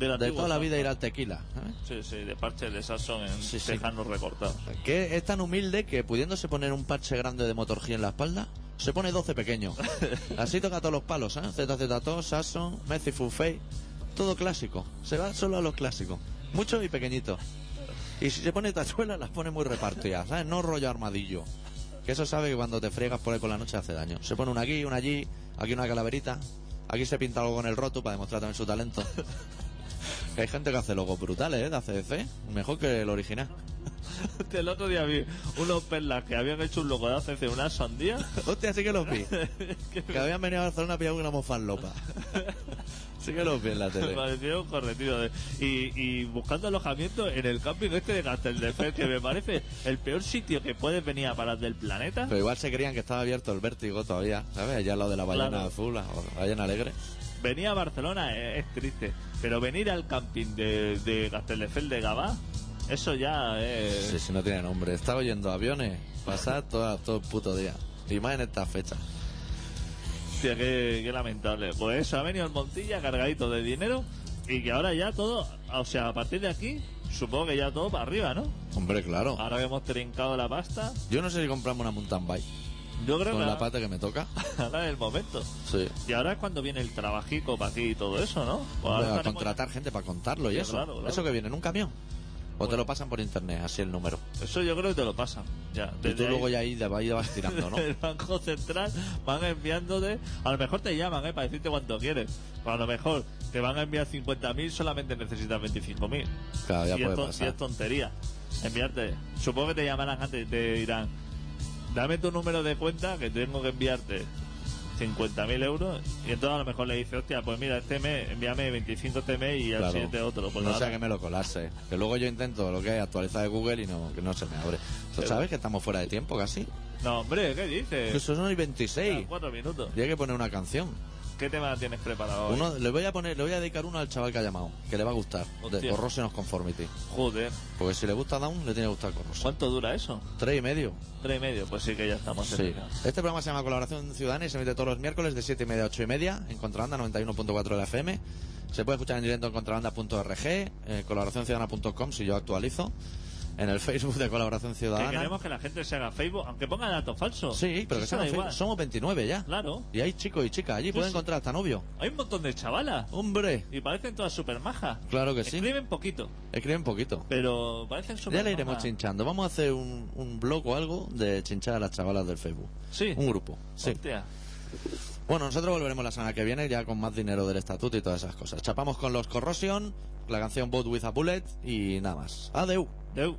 S2: de, la
S1: de
S2: antigua
S1: toda la
S2: Santa.
S1: vida ir al tequila. ¿sabes?
S2: Sí, sí, de parches de sazón en
S1: Sí, sí.
S2: tejanos <laughs> recortados.
S1: Que es tan humilde que pudiéndose poner un parche grande de Motor G en la espalda, se pone 12 pequeños. Así toca todos los palos, ¿eh? ZZ Top, Sasson, Messi Fufei, todo clásico. Se va solo a los clásicos, muchos y pequeñitos. Y si se pone tachuelas, las pone muy repartidas, ¿sabes? No rollo armadillo. Que eso sabe que cuando te friegas por ahí por la noche hace daño. Se pone una aquí, una allí, aquí una calaverita, aquí se pinta algo con el roto para demostrar también su talento. Que hay gente que hace logos brutales, ¿eh? De ACDC, mejor que el original.
S2: Hostia, El otro día vi unos perlas que habían hecho un loco de hace una sandía.
S1: Hostia, sí que los vi. que habían venido a Barcelona a pillar una
S2: <laughs>
S1: mofanlopa. sí que los vi en la
S2: <laughs> Me
S1: tele.
S2: pareció un corretido de- y, y buscando alojamiento en el camping este de Casteldefels, que me parece el peor sitio que puedes venir a parar del planeta.
S1: Pero igual se creían que estaba abierto el vértigo todavía, ¿sabes? Allá al lado de la ballena
S2: Claro.
S1: azul la- o la ballena alegre.
S2: Venir a Barcelona es, es triste, pero venir al camping de, de Casteldefels de Gabá, eso ya es...
S1: Sí, sí, no tiene nombre. Estaba oyendo aviones pasar toda- todo el puto día. Y más en estas fechas.
S2: Hostia, qué, qué lamentable. Pues eso, ha venido el Montilla cargadito de dinero y que ahora ya todo, o sea, a partir de aquí, supongo que ya todo para arriba, ¿no?
S1: Hombre, claro.
S2: Ahora que hemos trincado la pasta,
S1: Yo no sé si comprarme una mountain bike
S2: yo creo que
S1: con la
S2: ahora,
S1: pata que me toca.
S2: <laughs> ahora es el momento.
S1: Sí.
S2: Y ahora es cuando viene el trabajico para aquí y todo eso, ¿no? Pues ahora
S1: Hombre, a
S2: estaremos-
S1: contratar gente para contarlo y
S2: Sí,
S1: eso.
S2: claro, Pues claro.
S1: Eso que viene en un camión. O te lo pasan por internet, así el número.
S2: Eso yo creo que te lo pasan. Ya,
S1: Y tú
S2: desde
S1: luego
S2: ahí,
S1: ya ahí te vas- ahí te vas tirando,
S2: <laughs>
S1: ¿no?
S2: desde El Banco Central van enviándote. A lo mejor te llaman, ¿eh? Para decirte cuánto quieres. A lo mejor te van a enviar 50.000, solamente necesitas 25.000.
S1: Claro, ya
S2: si,
S1: puede
S2: es ton- si
S1: pasar.
S2: es tontería. Enviarte. Supongo que te llamarán antes y te dirán, dame tu número de cuenta que tengo que enviarte 50.000 euros. Y entonces a lo mejor le dices, hostia, pues mira, este mes, envíame 25 este mes y al
S1: Claro.
S2: siguiente otro. Pues
S1: no
S2: nada.
S1: sea que me lo colase. Que luego yo intento lo que es actualizar de Google y no, que no se me abre. ¿Tú
S2: Pero- Eh,
S1: sabes que estamos fuera de tiempo casi?
S2: No, hombre, ¿qué
S1: Que
S2: dices?
S1: son hoy
S2: Quedan
S1: 26.
S2: Cuatro minutos.
S1: Y hay que poner una canción.
S2: ¿Qué tema tienes preparado hoy?
S1: Uno, le voy a poner, le voy a dedicar uno al chaval que ha llamado, que le va a gustar. De
S2: Hostia.
S1: Corrosion of Conformity.
S2: Joder,
S1: Porque si le gusta Down, le tiene que gustar Corrosion.
S2: ¿cuánto dura eso?
S1: Tres y medio.
S2: Tres y medio, pues sí que ya estamos en
S1: Sí.
S2: el-
S1: Este programa se llama Colaboración Ciudadana y se emite todos los miércoles de 7 y media a 8 y media en Contrabanda 91.4 de la FM Se puede escuchar en directo en contrabanda.org, en colaboracionciudadana.com si yo actualizo, en el Facebook de Colaboración
S2: Que
S1: Ciudadana.
S2: queremos que la gente se haga Facebook, aunque ponga datos falsos.
S1: Sí, pero que
S2: Eso
S1: sean
S2: da
S1: fe-
S2: igual.
S1: somos 29 ya.
S2: Claro.
S1: Y hay chicos y chicas allí, pueden
S2: sí.
S1: encontrar hasta novio.
S2: Hay un montón de chavalas
S1: Hombre,
S2: y parecen todas super majas.
S1: Claro que sí.
S2: Escriben poquito,
S1: escriben poquito.
S2: pero parecen super
S1: Ya le iremos chinchando. Vamos a hacer un, un blog o algo de chinchar a las chavalas del Facebook.
S2: Sí.
S1: Un grupo. Sí.
S2: Hostia.
S1: Bueno, nosotros volveremos la semana que viene ya con más dinero del estatuto y todas esas cosas. Chapamos con los Corrosion, la canción Boat with a Bullet y nada más. Adeu.
S2: Deu.